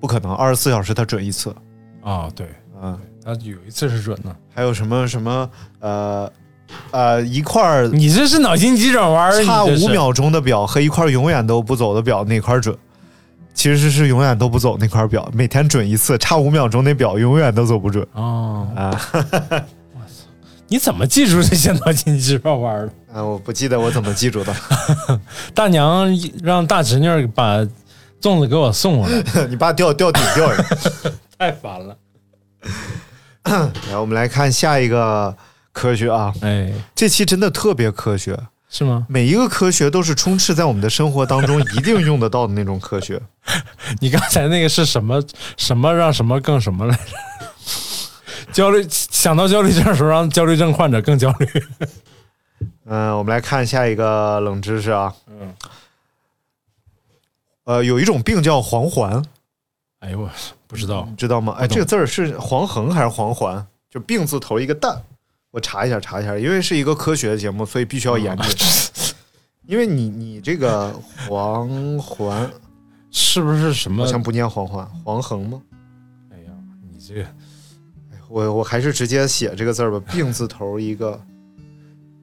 不可能，二十四小时它准一次。哦，对，嗯，他有一次是准的。还有什么什么呃呃一块你这是脑筋急转弯儿，差你这是五。秒钟的表和一块永远都不走的表哪块准？其实是永远都不走那块表，每天准一次，差五秒钟那表永远都走不准哦， <laughs> 啊！你怎么记住这些脑筋急转弯儿的？啊，我不记得我怎么记住的， <laughs> 大娘让大侄女把粽子给我送过来，你爸掉掉顶掉下来。 <laughs> 太烦了。然后我们来看下一个科学啊，哎，这期真的特别科学，是吗？每一个科学都是充斥在我们的生活当中一定用得到的那种科学。 <laughs> 你刚才那个是什么什么让什么更什么来着？ <laughs> 焦虑想到焦虑症的时候，让焦虑症患者更焦虑。 <laughs> 嗯，我们来看下一个冷知识啊。嗯。呃，有一种病叫黄环，哎呦，我不知道你知道吗？哎，懂这个字儿是黄横还是黄环？就病字头一个蛋。我查一下，查一下，因为是一个科学节目，所以必须要 <laughs> 严谨。因为你你这个黄环是不是什么好？像不念黄环，黄横吗？哎呀，你这个我我还是直接写这个字儿吧，病字头一个。病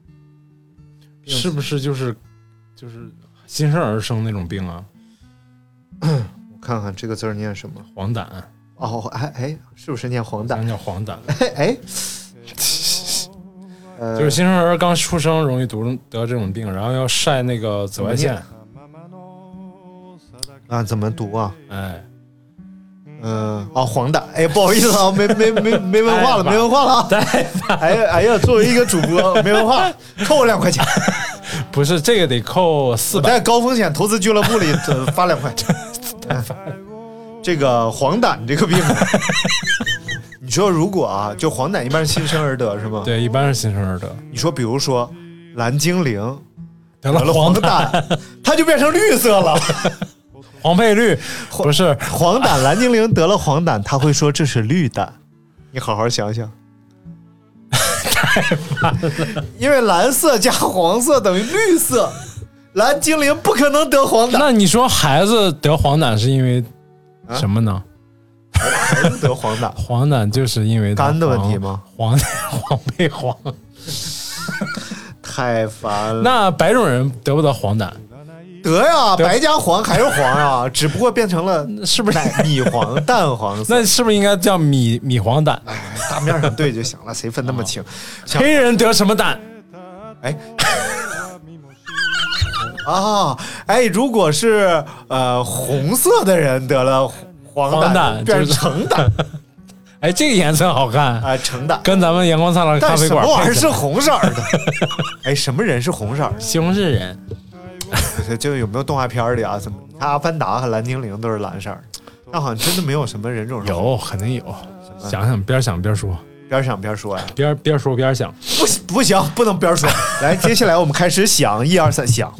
字是不是就是就是新生儿生那种病啊？我看看这个字儿念什么？黄疸，哦，哎哎，是不是念黄疸咱？叫黄 <laughs> 疸，哎哎，呃 <laughs> 就是新生儿刚出生容易得得这种病，然后要晒那个紫外 <laughs> 线，啊，怎么读啊？哎， <laughs> 嗯，啊，黄疸，哎，不好意思啊，没没没没文 <laughs> 化了，没文化了啊！哎对， <laughs> 哎呀哎呀，作为一个主播，没文化，扣我两块钱，不是这个得扣四我百，在高风险投资俱乐部里呃发两块。 <laughs> 这个黄疸这个病，啊 <laughs> 你说如果啊，就黄疸一般是新生儿得是吗？。对，一般是新生儿得你说比如说蓝精灵得得了黄疸，它就变成绿色了。黄配绿，不是黄疸，蓝精灵得了黄疸，他会说这是绿疸。你好好想 <laughs> 想，因为蓝色加黄色等于绿色，蓝精灵不可能得黄疸， <laughs> 那你说孩子得黄疸是因为啊什么呢？孩子得黄疸。黄疸就是因为肝的问题吗？黄 <laughs> 黄配黄， <laughs> 太烦了，那白种人得不得黄疸？得呀，得白加黄还是黄啊，只不过变成了是不是？奶米 <laughs> 黄、淡黄色，那是不是应该叫米米黄疸？大面上对就行了，谁分那么清？像黑人得什么疸？哎， <laughs> 啊，哎，如果是呃红色的人得了黄黄疸，变成疸就是 <laughs> 橙疸哎，这个颜色好看，啊，橙疸。跟咱们阳光灿烂咖但啡什馆么玩意配儿起是来红色 <laughs> 儿的？哎，什么人是红色儿 <laughs> 西红柿人。的？就有没有动画片儿里啊？怎么？你看《阿凡达》和《蓝精灵》都是蓝色儿的，但好像真的没有什么人种是红。有，肯定有。嗯想想，边想边说，边想边说呀，边边说边想。不行不行，不能边说。 <laughs> 来，接下来我们开始想，一二三， <laughs> 想。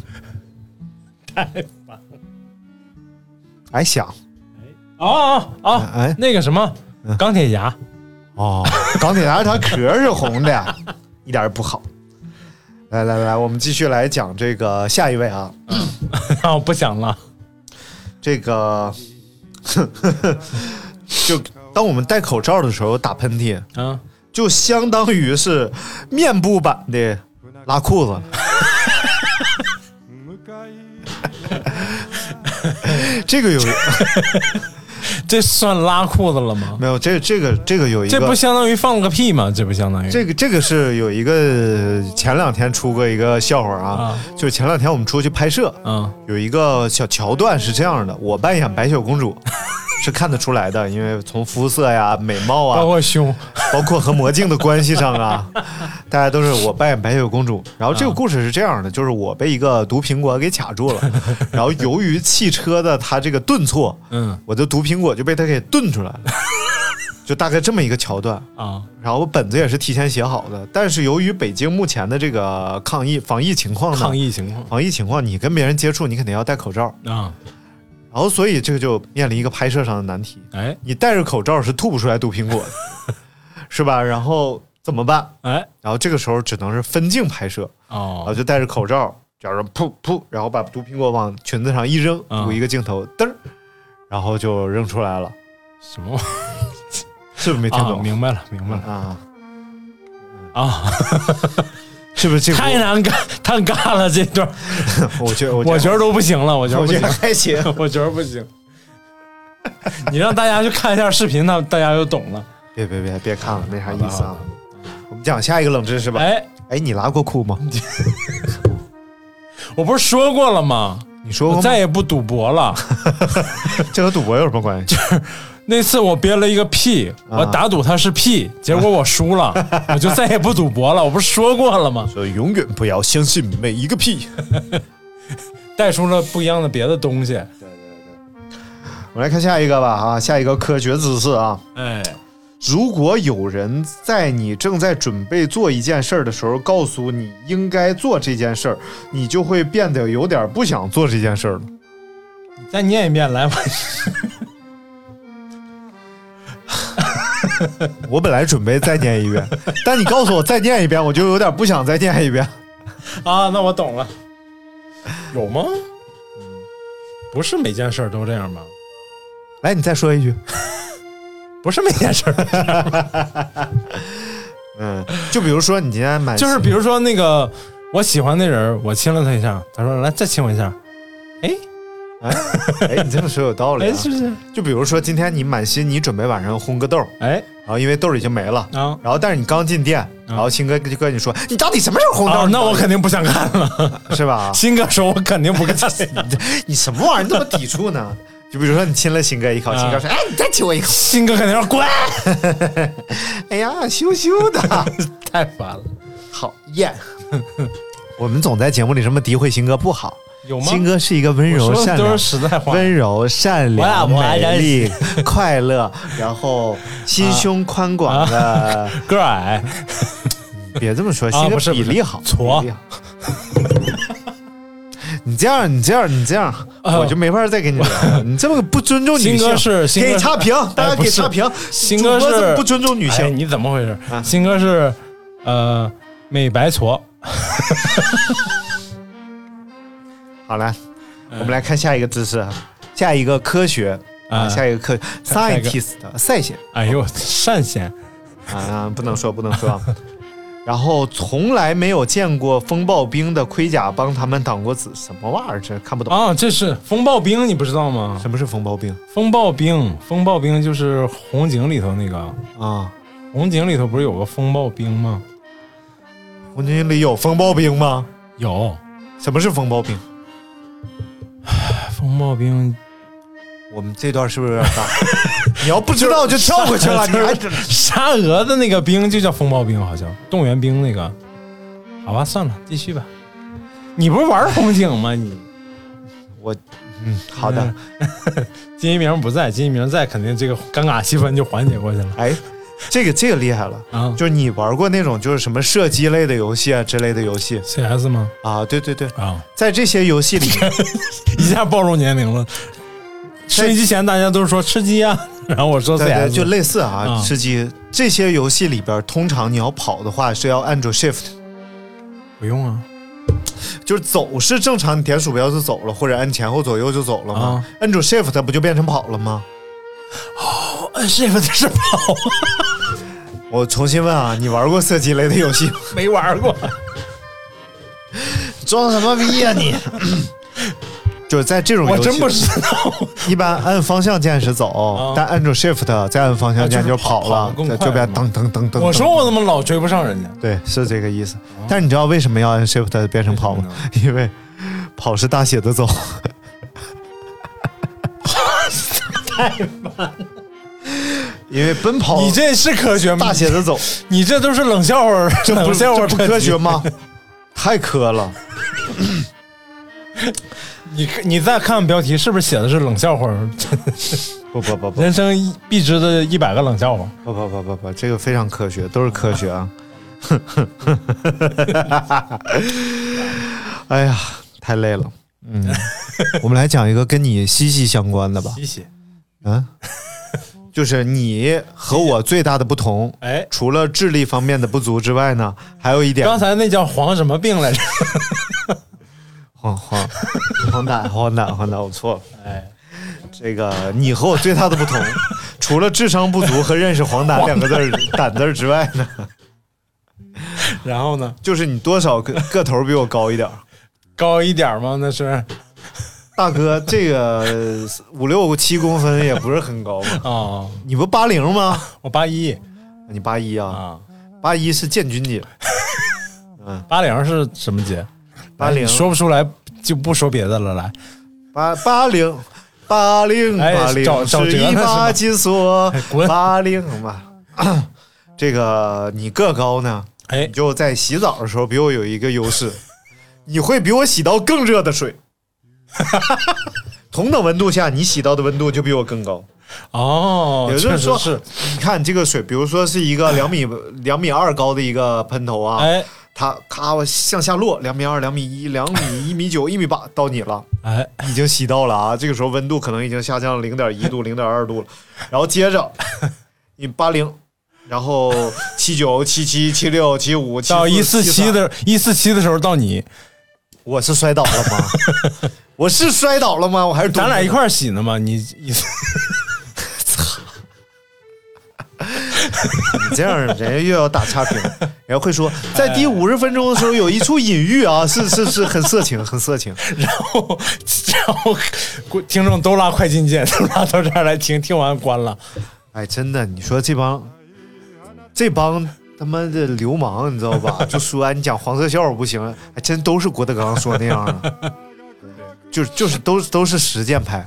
哎，想哦哦哦，哎嗯那个什么，钢铁侠， <laughs> 哦，钢铁侠它壳是红的呀， <laughs> 一点儿也不好。来来来，我们继续来讲这个下一位啊，我不想了。这个 <laughs> 就当我们戴口罩的时候打喷嚏，啊，就相当于是面部版的拉裤子。 <laughs> 这个有这算拉裤子了吗？没有？这这个这个有一个这不相当于放了个屁吗？这不相当于这个这个是有一个前两天出过一个笑话啊，啊就是前两天我们出去拍摄，嗯有一个小桥段是这样的，我扮演白雪公 <laughs> 主。是看得出来的，因为从肤色呀、美貌啊，包括胸 <laughs> 包括和魔镜的关系上 <laughs> 啊，大家都是我扮演白雪公主。然后啊这个故事是这样的，就是我被一个毒苹果给卡住 <laughs> 了，然后由于汽车的它这个顿挫，嗯，我的毒苹果就被它给顿出来 <laughs> 了，就大概这么一个桥段。啊，然后我本子也是提前写好的，但是由于北京目前的这个抗疫防疫情况呢，抗疫情况防疫情况，你跟别人接触，你肯定要戴口罩，啊，然后所以这个就面临一个拍摄上的难题，哎你戴着口罩是吐不出来毒苹果的， <laughs> 是吧？然后怎么办？哎然后这个时候只能是分镜拍摄，然后哦，就戴着口罩，假如噗噗，然后把毒苹果往裙子上一扔，嗯有一个镜头噔儿，然后就扔出来了，什么玩意是不是没听儿？啊，懂？明白了，明白了啊，啊！是不是这个？太难干，太尬了这段，我觉得，我觉我得觉得都不行了，我觉得我不觉行得，还行。 <laughs> 我觉得不行。你让大家去看一下视频，那大家就懂了。别别别别看了，没啥意思啊。我们讲下一个冷知识吧。哎，哎，你拉过裤吗？我不是说过了吗？你说我过吗再？也不赌博了。这和赌博有什么关 <laughs> 系？那次我憋了一个屁，我打赌它是屁，结果我输 <laughs> 了，我就再也不赌博了。我不是说过了吗？所以永远不要相信每一个屁。带出了不一样的别的东西。我来看下一个吧啊，下一个科学知识啊，哎，如果有人在你正在准备做一件事儿的时候，告诉你应该做这件事儿，你就会变得有点不想做这件事儿了。再念一遍来吧。我本来准备再念一 <laughs> 遍，但你告诉我再念一遍，我就有点不想再念一遍。啊，那我懂了。有吗？不是每件事儿都这样吧？来，你再说一句。不是每件 <laughs> 事儿，嗯，就比如说你今天买，就是比如说那个我喜欢那人儿，我亲了他一下，他说来再亲我一下，哎哎， <laughs> 你这么说有道理、哎啊。是不是？就比如说今天你满心你准备晚上烘个豆儿，哎然后因为豆儿已经没了，啊然后但是你刚进店，然后新哥就跟你说，你到底什么时候烘豆啊儿？，那我肯定不想看了。是吧？ <laughs> 新哥说，我肯定不 <laughs> 看。你什么玩意儿？你怎么抵触呢？就比如说你亲了新哥一口，啊新哥说：“哎，你再亲我一口。新哥肯定说滚，”哎呀，羞羞的， <laughs> 太烦了。讨厌。 <laughs> 我们总在节目里什么诋毁新哥不好，有吗？新哥是一个温柔我说的善都良是、实在话。温柔善我俩良、不爱美人丽、 <laughs> <laughs> 快乐，然后心胸宽广的。个儿矮， <laughs> 别这么说，啊新哥不是比例好，不是矬比例好。 <laughs> 你这样，你这样，你这样，啊我就没法再跟你聊 <laughs> 了。你这么不尊重女性，新哥是新哥给差评，大家哎不给是差评。新哥主播这么是不尊重女哎性，你怎么回事？啊新哥是呃美白矬，好了，嗯我们来看下一个知识啊，下一个科学啊，啊下一个科下一个 scientist 赛线哎呦善贤 <laughs> 啊，不能说不能说。然后从来没有见过风暴兵的盔甲帮他们挡过子，什么玩意儿？这看不懂。啊，这是风暴兵，你不知道吗？什么是风暴兵风暴兵，风暴兵就是红警里头那个，啊？红警里头不是有个风暴兵吗？红军里有风暴兵吗？有什么是风暴兵？风暴兵，我们这段是不是有点 <laughs> 大？你要不知道就跳过去了，你还沙俄的那个兵就叫风暴兵，好像动员兵那个。好吧，算了，继续吧。你不是玩红警吗？你我嗯，好的。金一鸣不在，金一鸣在，肯定这个尴尬气氛就缓解过去了哎，这个这个厉害了，啊。就是你玩过那种就是什么射击类的游戏啊之类的游戏 CS 吗？啊？对对对，啊，在这些游 <laughs> 戏里，一下暴露年龄了。吃鸡之前大家都说吃鸡啊， <laughs> 然后我说对 CS 对，就类似啊啊，吃鸡这些游戏里边，通常你要跑的话是要按住 Shift，不用啊。就是走是正常，你点鼠标就走了，或者按前后左右就走了嘛啊。按住 Shift 它不就变成跑了吗？按 shift 是跑， <laughs> 我重新问啊，你玩过射击类的游戏吗？没玩过。装什么逼呀、你？ <laughs> 就是在这种游啊我戏，真不知道。 <laughs> 一般按方向键是走，但按住 Shift 再按方向键啊啊就是跑跑了得，更在快这边嘛噔噔噔噔。我说噔我怎啊么老追不上人家？对，是这个意思。但是你知道为什么要按 Shift 变成跑 <laughs> 吗？嗯因为跑是大写的走。太烦了！因为奔跑你这是科学吗哦大？写的 <laughs> 走，你这都是冷笑话儿，这不冷是笑话这儿不专科辑学？ <laughs> 吗？太科了。你你再看看标题，是不是写的是冷笑话儿？ <laughs> 不不不不，人生一必知的一百个冷笑话。不不不不不，这个非常科学，都是科学啊！ <laughs> 哎呀，太累了。嗯，我们来讲一个跟你息息相关的吧。谢谢。嗯，就是你和我最大的不同，哎，除了智力方面的不足之外呢，还有一点刚才那叫黄什么病来着？黄黄黄疸黄疸黄疸，我错了。哎，这个你和我最大的不同，除了智商不足和认识“黄疸”两个字 <laughs> 儿“胆”字儿之外呢， <laughs> 然后呢？就是你多少个个头比我高一点儿。高一点儿吗？那是 <laughs> 大哥，这个五六七公分也不是很高嘛。哦， <laughs> 你不八零吗？我八一你八一啊？哎啊，八一是建军节，八零是什么节？八零哎你说不出来就不说别的了，来。八八零，八零哎八零找找是辙一呢是把吗金锁哎，滚八零嘛。 <laughs> 这个你个高呢，哎你，就在洗澡的时候比我有 <laughs> 一个优势，你会比我洗到更热的水。同等温度下，你洗到的温度就比我更高。哦，也就确是实说，是，你看这个水，比如说是一个两米两米二高的一个喷头啊，哎它咔我向下落，两米二、两米一、两米一米九、一米八，到你了，哎，已经洗到了啊。这个时候温度可能已经下降零点一度、零点二度了，然后接 <laughs> 着你八零，然后七九、七七、七六、七五、七到一四七七，的一四七的时候到你，我是摔倒了吗？ <laughs> 我是摔倒了吗？我还是咱俩一儿块儿洗呢嘛，你 <laughs> 一这样，人家又要打差评， <laughs> 人家会说在第五十分钟的时候有一处隐喻啊，是是是很色情，很色情。然后然后观听众都拉快进键，都拉到这儿来听，听完关了。哎，真的，你说这帮这帮他妈的流氓，你知道吧？就说哎你讲黄色笑话不行，还真都是郭德纲说那样的，就是就是都都是实践派，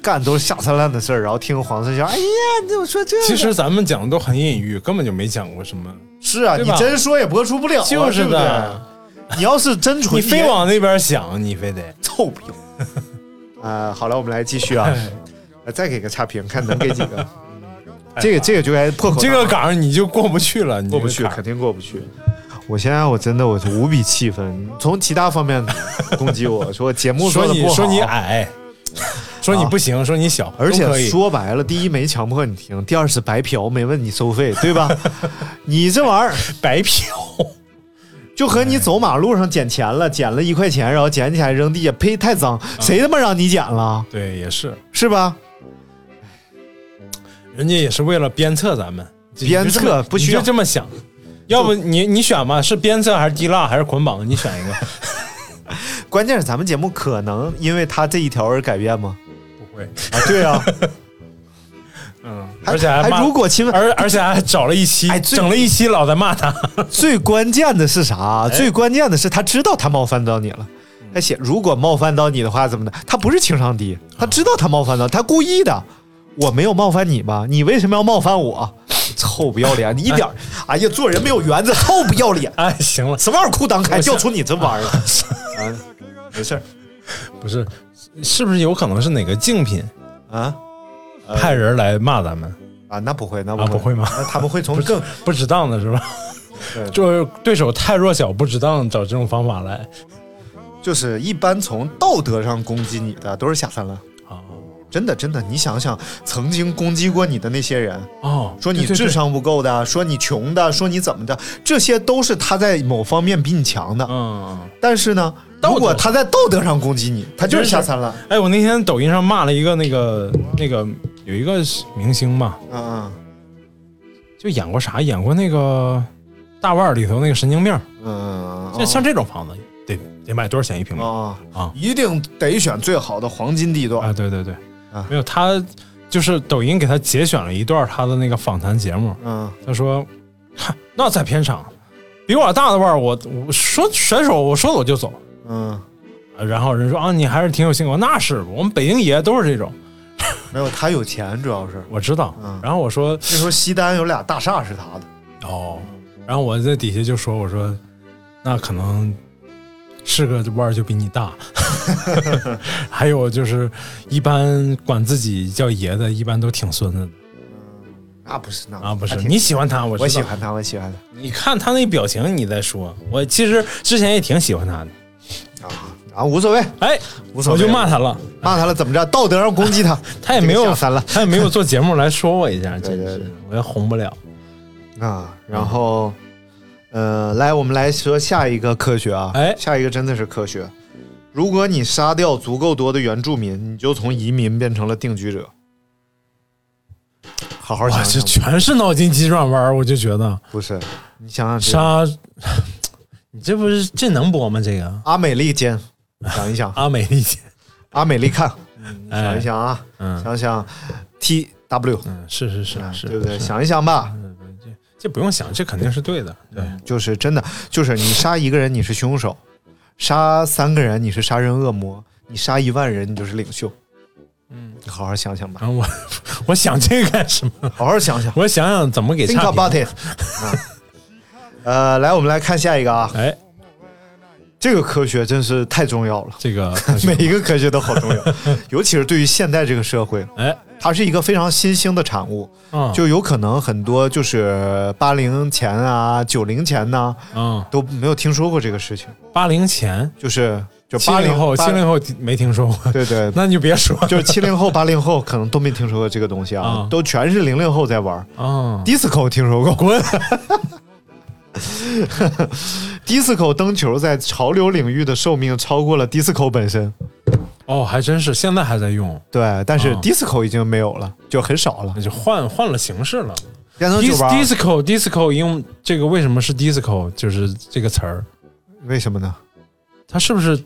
干都是下三滥的事儿，然后听黄色笑话，哎呀，你怎么说这个？其实咱们讲的都很隐喻，根本就没讲过什么。是啊，对你吧真说也播出不了啊、就是对不的对你要是真你吹，非往那边想，你非得臭不要。啊，好了，我们来继续啊，哎呃再给个差评，看能给 <laughs> 几个。这个这个就该破口哎这大骂个岗儿你就过不去了，你这过个不去，坎儿肯定过不去。我现在我真的我是无比气愤，从其他方面攻击我说节目说的你不好，啊说 <laughs> 你矮，说你不行，说你小，而都可以且说白了，第一没强迫你听，第二是白嫖，没问你收费，对 <laughs> 吧？你这玩意儿 <laughs> 白嫖，就和你走马路上捡钱哎了，捡了一块钱，然后捡起来扔地下，呸，太脏，嗯谁他妈让你捡了，对，也是，是吧？人家也是为了鞭策咱们，鞭策你就这么不需要你就这么想。要不你你选吧，是鞭策还是滴蜡还是捆绑？你选一 <laughs> 个。关键是咱们节目可能因为他这一条而改变吗？不会，啊，对 <laughs> 啊，嗯，还而且还还骂如果侵犯，而而且还找了一期哎，最整了一期老在骂他。最关键的是啥？最关键的是他知道他冒犯到你了。他写如果冒犯到你的话怎么的？他不是情商低，他知道他冒犯到，他故意的。我没有冒犯你吧？你为什么要冒犯我？ <laughs> 臭不要脸！你一点儿， <laughs> 哎呀，做人没有原则，臭不要脸！哎，行了，什么玩意儿裤裆开，掉出你这玩意儿来！啊，没事儿不是，是不是有可能是哪个竞品啊派人来骂咱们？啊，那不会，那啊不会吗那他们会从更不值当的是吧对？就是对手太弱小，不值当找这种方法来就是一般从道德上攻击你的都是下三滥，啊！真的真的。你想想，曾经攻击过你的那些人，哦，说你对智，商不够的，说你穷的，说你怎么的，这些都是他在某方面比你强的。对对嗯，但是呢，道德如果他在道德上攻击你，他就是下三滥。哎，我那天抖音上骂了一个那个那个有一个明星嘛，嗯嗯就演过啥？演过那个《大腕》里头那个神经病，嗯嗯，像像这种房子得得卖多少钱一平米？啊啊一定得选最好的黄金地段啊，。对对对，啊没有他就是抖音给他节选了一段他的那个访谈节目，嗯，他说：“哈，那在片场，比我大的腕儿，我我说甩手，我说走就走。嗯，”然后人说：“啊，你还是挺有性格。”那是我们北京爷都是这种，没有他有钱，主要是我知道。嗯然后我说那时候西单有俩大厦是他的。：“哦。”然后我在底下就说：“我说，那可能是个腕儿就比你 <laughs> 大。还有就是，一般管自己叫爷的，一般都挺孙子的那不是那啊，不是？他挺你喜欢他，我我知喜道欢他，我喜欢你看他那表情，你再说。我其实之前也挺喜欢他的。”他啊啊，无所谓，哎，无所我谓就骂他了，骂他了怎么着？道德上攻击他， <laughs> 他也没这个有下三滥他也没有做节目来说我一下，对真对是对我也红不了。啊，然后，呃，来，我们来说下一个科学啊，哎下一个真的是科学。如果你杀掉足够多的原住民，你就从移民变成了定居者。好好哇，想这想，全是脑筋急转弯儿，我就觉得不是你想想这个，杀， <laughs> 你这不是这能播吗？这个阿美利坚，想一想，阿美利坚，阿美利看，想啊哎一， <laughs> 想啊，嗯想想 T W，嗯，是是是是，啊对不对？是想一想吧，这不用想，这肯定是对的。对，就是真的，就是你杀一个人你是凶手，杀三个人你是杀人恶魔，你杀一万人你就是领袖。嗯，你好好想想吧。然后我 <laughs> 我想这个干什么？ <laughs> 好好想想我想想怎么给，think 差 <laughs> about 嗯评。 it 啊。呃，来，我们来看下一个啊，哎，这个科学真是太重要了，<laughs> 这个每一个科学都好重 <laughs> 要，尤其是对于现代这个社会，哎，它是一个非常新兴的产物，嗯就有可能很多就是八零前啊、九零前呐、嗯，都没有听说过这个事情，八零前，就是就七八零后，七零后，后没听说过，对对， <laughs> 那你就别说了，就是七零后、八零后可能都没听说过这个东西啊，啊都全是零零后在玩儿。啊， disco 听说过，滚！disco 灯球在潮流领域的寿命超过了 disco 本身，哦，还真是，现在还在用，对，但是啊 disco 已经没有了，就很少了那。就换换了形式了。变成酒吧， disco disco 用这个为什么是 disco？就是这个词儿，为什么呢它是不是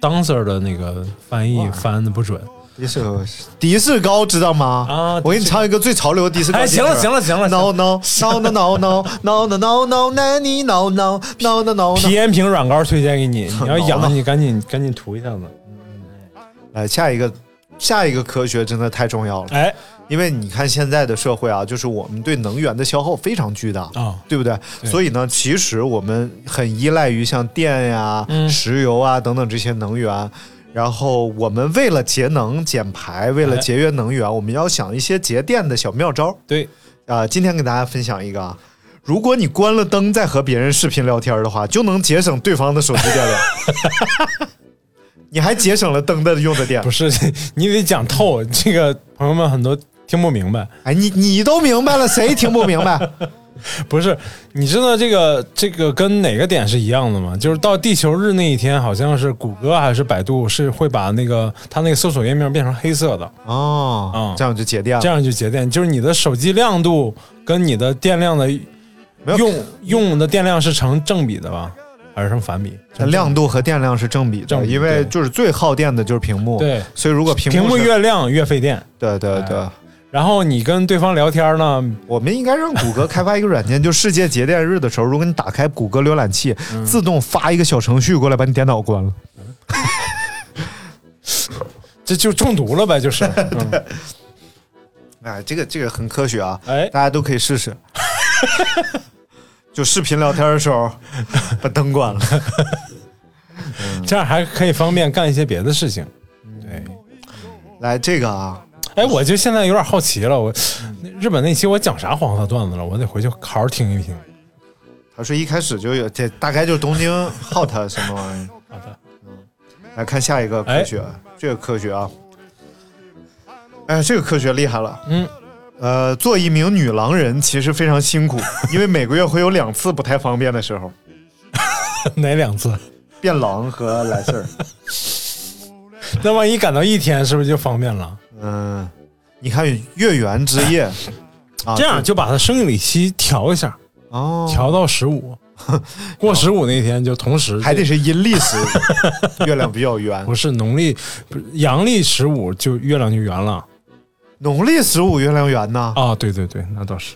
dancer 的那个翻译翻的不准？ ？disco 迪士高知道吗？啊我给你唱一个最潮流的迪士高。哎，行了行了行了，no no no no no no no no no no no no no no no no，皮炎平软膏推荐给 <laughs> 你，你要挠痒你赶紧赶紧涂一下子。来呃下一个，下一个科学真的太重要了。哎因为你看现在的社会啊，就是我们对能源的消耗非常巨大啊对不对？对所以呢，其实我们很依赖于像电呀、嗯石油啊等等这些能源。然后我们为了节能减排，为了哎节约能源，我们要想一些节电的小妙招儿对，啊、今天给大家分享一个啊，如果你关了灯在和别人视频聊天儿的话，就能节省对方的手机电量， <laughs> 你还节省了灯的用的电不。是 <laughs> 你得讲透，这个朋友们很多听不明白。哎，你你都明白了，谁听不明白？不是，你知道这个这个跟哪个点是一样的吗？就是到地球日那一天，好像是谷歌还是百度是会把那个它那个搜索页面变成黑色的， <laughs> 哦嗯，这样就节电了。这样就节电。就是你的手机亮度跟你的电量的没有用用的电量是成正比的吧，还是成反比？它成亮度和电量是正比正的，比因为就是最耗电的就是屏幕。对所以如果屏屏幕是越哎亮越费电。对对对，然后你跟对方聊天呢，我们应该让谷歌开发一个软件，就世界节电日的时候，如果你打开谷歌浏览器，嗯自动发一个小程序过来把你电脑关了。这就中毒了呗， <laughs> 就是。嗯哎，这个这个很科学啊，哎大家都可以试 <laughs> 试。就视频聊天的时候，把灯关了。这样还可以方便干一些别的事情。对。来，这个啊，哎，我就现在有点好奇了，我那日本那期我讲啥黄色段子了？我得回去好好听一听。 <laughs> 他说一开始就有，这大概就是东京 hot 什么玩意儿。嗯好的，来看下一个科哎学，这个科学啊，哎，这个科学厉害了。嗯，呃，做一名女狼人其实非常辛 <laughs> 苦，因为每个月会有两次不太方便的时候，哪两次？变狼和来 <laughs> 事儿。那万一赶到一天，是不是就方便了？嗯，你看月圆之夜，啊， <laughs> 这样就把它生理期调一下，哦，调到 <laughs> 十五，过十五那天就同时还得是阴历时， <laughs> 月亮比较圆不。是农历，不是阳历十五就月亮就圆了农历十五月亮圆呐，啊！对对对，那倒是，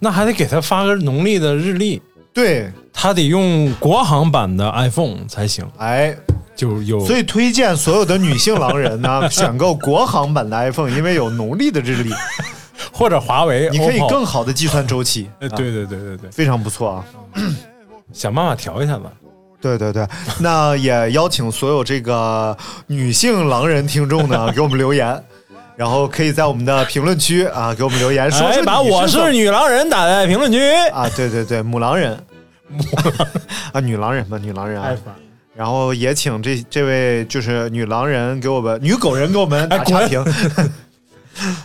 那还得给他发个农历的日历，对，他得用国行版的 iPhone 才行，哎，就有所以推荐所有的女性狼人呢， <laughs> 选购国行版的 iPhone，因为有农历的 <laughs> 日历，或者华为，你可以 OPPO 更好的计算周期。哎，啊对对对对对，非常不错啊！想办法调一下子。对对对，那也邀请所有这个女性狼人听众 <laughs> 呢，给我们留言，然后可以在我们的评论区啊给我们留言，说哎，说把你我怎么是女狼人打在评论区。啊，对对对，母狼 <laughs> 人，啊，女狼人吧，女狼人哎啊。然后也请这这位就是女狼人给我们女狗人给我哎们打差评。 <laughs>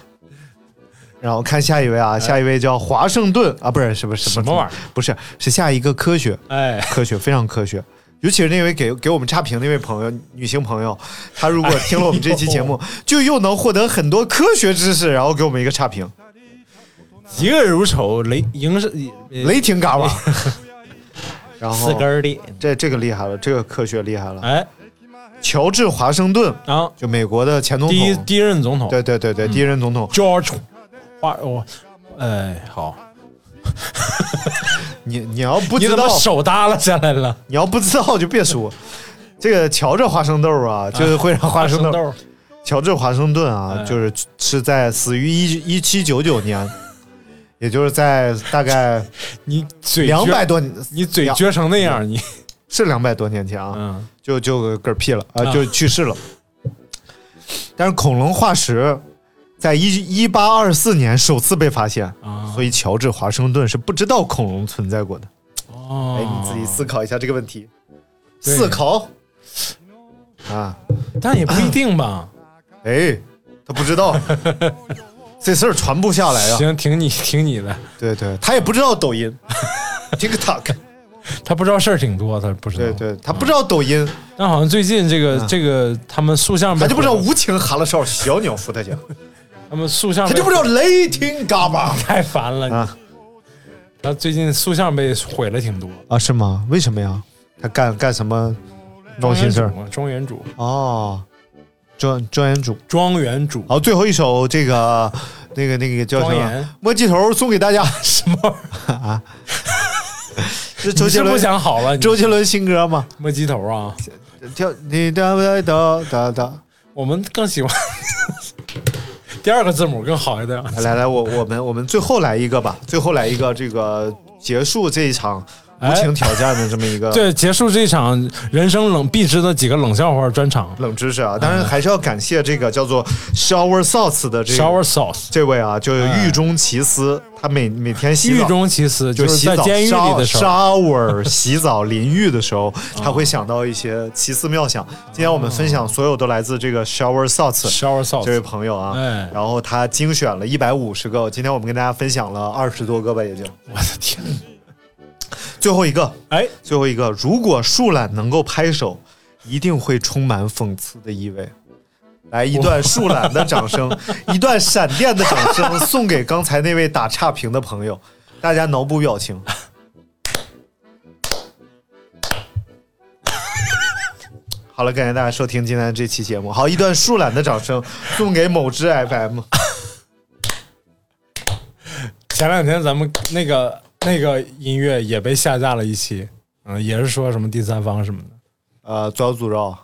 然后看下一位啊，下一位叫华盛顿啊，不是什么什么哎什么玩意儿？不是，是下一个科学。哎，科学，非常科学。尤其是那位给给我们差评那位朋友，女性朋友，她如果听了我们这期节目，哎就又能获得很多科学知识，然后给我们一个差评，嫉恶如仇，雷迎是呃雷霆嘎瓦。 <laughs> 然哎四后根儿的。这这个厉害了，这个科学厉害了。哎，乔治华盛顿，啊，就美国的前总第一嗯统，第一任总统对对对对，第一任总统， George 华我，哎，好，你你要不你知怎么道，手耷拉下来了？你要不知道就别说。这个乔治华盛顿啊，就是会让华盛顿豆儿乔治华盛顿啊，哎就是是在死于一一七九九年，也就是在大概你嘴两撅百，多年，你嘴撅成那样，你是两百多年前啊，嗯就就嗝屁了啊、啊就去世了。但是恐龙化石在一一八二四年首次被发现，啊，所以乔治华盛顿是不知道恐龙存在过的。哦，哎，你自己思考一下这个问题，对思考啊，但也不一定吧。哎，他不知 <laughs> 道这事儿传不下 <clears throat> 来啊。行，听你听你的，对对，他也不知道抖 <laughs> 音，TikTok，他不知道事儿挺多，他不知道。对。对，他不知道抖音，但好像最近这个这个他们塑像被他就不知道毁了无情哈拉少小鸟孵他家，他们塑像他被就不知道雷霆嘎巴太烦了啊。他最近塑像被毁了挺多。啊？是吗？为什么呀？他干干什么庄糟心事儿？园主，庄园主，哦，专专业主。庄园主，好，最后一首这个那个那个叫什庄么严？摸鸡头送给大 <laughs> 家，什么玩意儿？是周你杰是不伦。想好 <laughs> 了？你周杰伦新歌嘛，摸鸡头啊？跳你哒哒哒哒哒，我们更喜欢 <laughs> 第二个字母更好一点。来来，我我们我们最后来一个吧，最后来一个，这个结束这一场无情挑战的这么一个哎对，结束这场人生冷必知的几个冷笑话专场冷知识啊。当然还是要感谢这个叫做 Shower Thoughts 的这，shower 个 sauce，这位啊，就是狱中奇思，他每每天洗狱澡。中其思，就是啊洗在澡、监狱里的时候。哦 shower、洗澡、淋浴的时 <laughs> 候，他会想到一些奇思妙想。今天我们分享所有都来自这个 Shower Thoughts shower 这位 sauce，朋友啊，哎然后他精选了一百五十个，今天我们跟大家分享了二十多个吧，也就我的天！最后一个，哎，最后一个，如果树懒能够拍手，一定会充满讽刺的意味。来一段树懒的掌声， <laughs> 一段闪电的掌声，送给刚才那位打差评的朋友。大家脑补表情， <laughs> 好了，感谢大家收听今天的这期节目。好，一段树懒的掌声送给某只 FM。前两天咱们那个那个音乐也被下架了一期，嗯，也是说什么第三方什么的，呃，左小诅咒，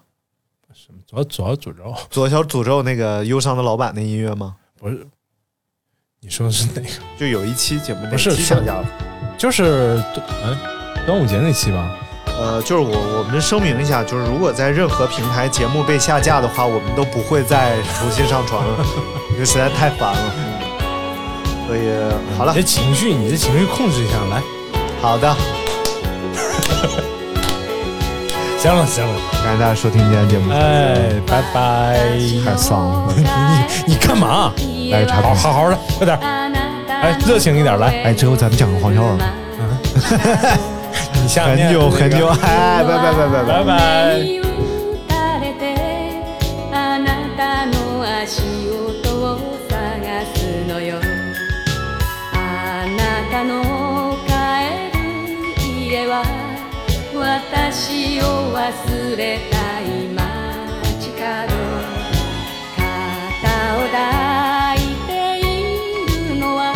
主要主要诅咒，左小诅咒那个忧伤的老板那音乐吗？不是？你说的是哪个？就有一期节目不是哪期说下架了。就是哎，端午节那期吧？呃，就是我我们声明一下，就是如果在任何平台节目被下架的话，我们都不会再重新上传了，因为实在太烦了。所以好了你这，情绪，你这情绪控制一下，来，好的，行了行了，感谢大家收听今天的节目，哎，拜拜。太丧 <laughs> 了，你你干嘛？来个插好播。好好的，快点儿，哎，热情一点来。嗯哎，之后咱们讲个黄笑话，你下很面久那个很久，哎，拜拜拜拜拜拜。拜。あなたの足音を探すのよあなたの帰る家は私を忘れたい街角肩を抱いているのは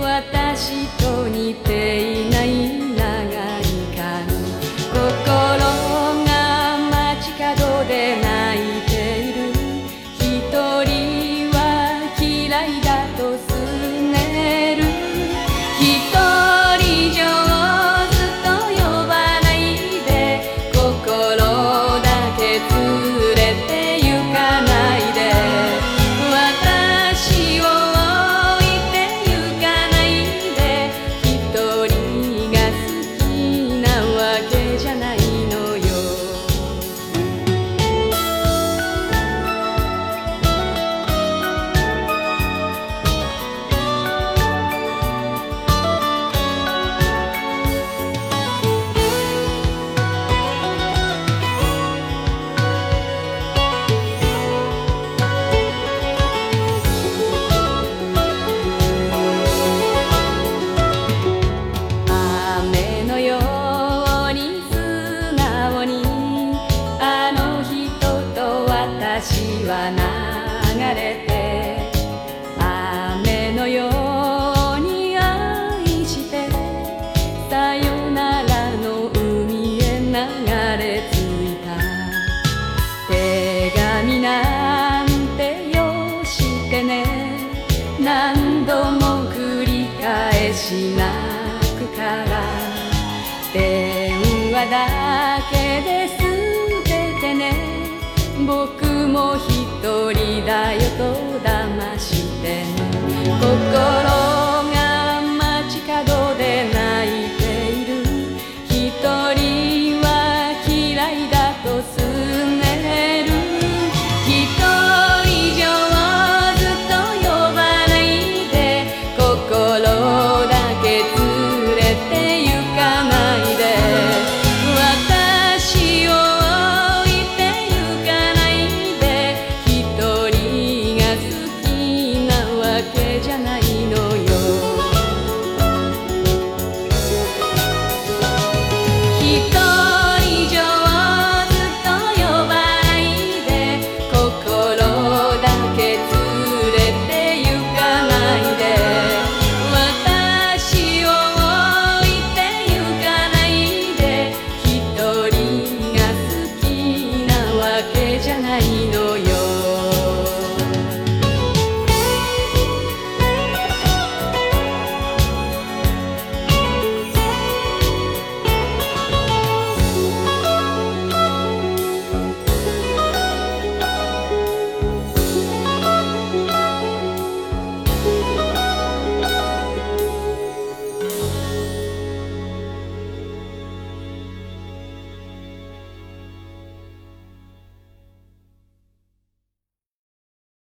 私と似ていない長い髪心が街角で泣いている一人は嫌いだとすねる一人上手と呼ばないで心だけ連れて行かないで私を置いて行かないで一人が好きなわけじゃないのよ雨のように素直にあの人と私は流れて雨のように愛してさよならの海へ流れ着いた手紙なんてよしてね何度も繰り返し泣くから電話だも一人だよと騙して心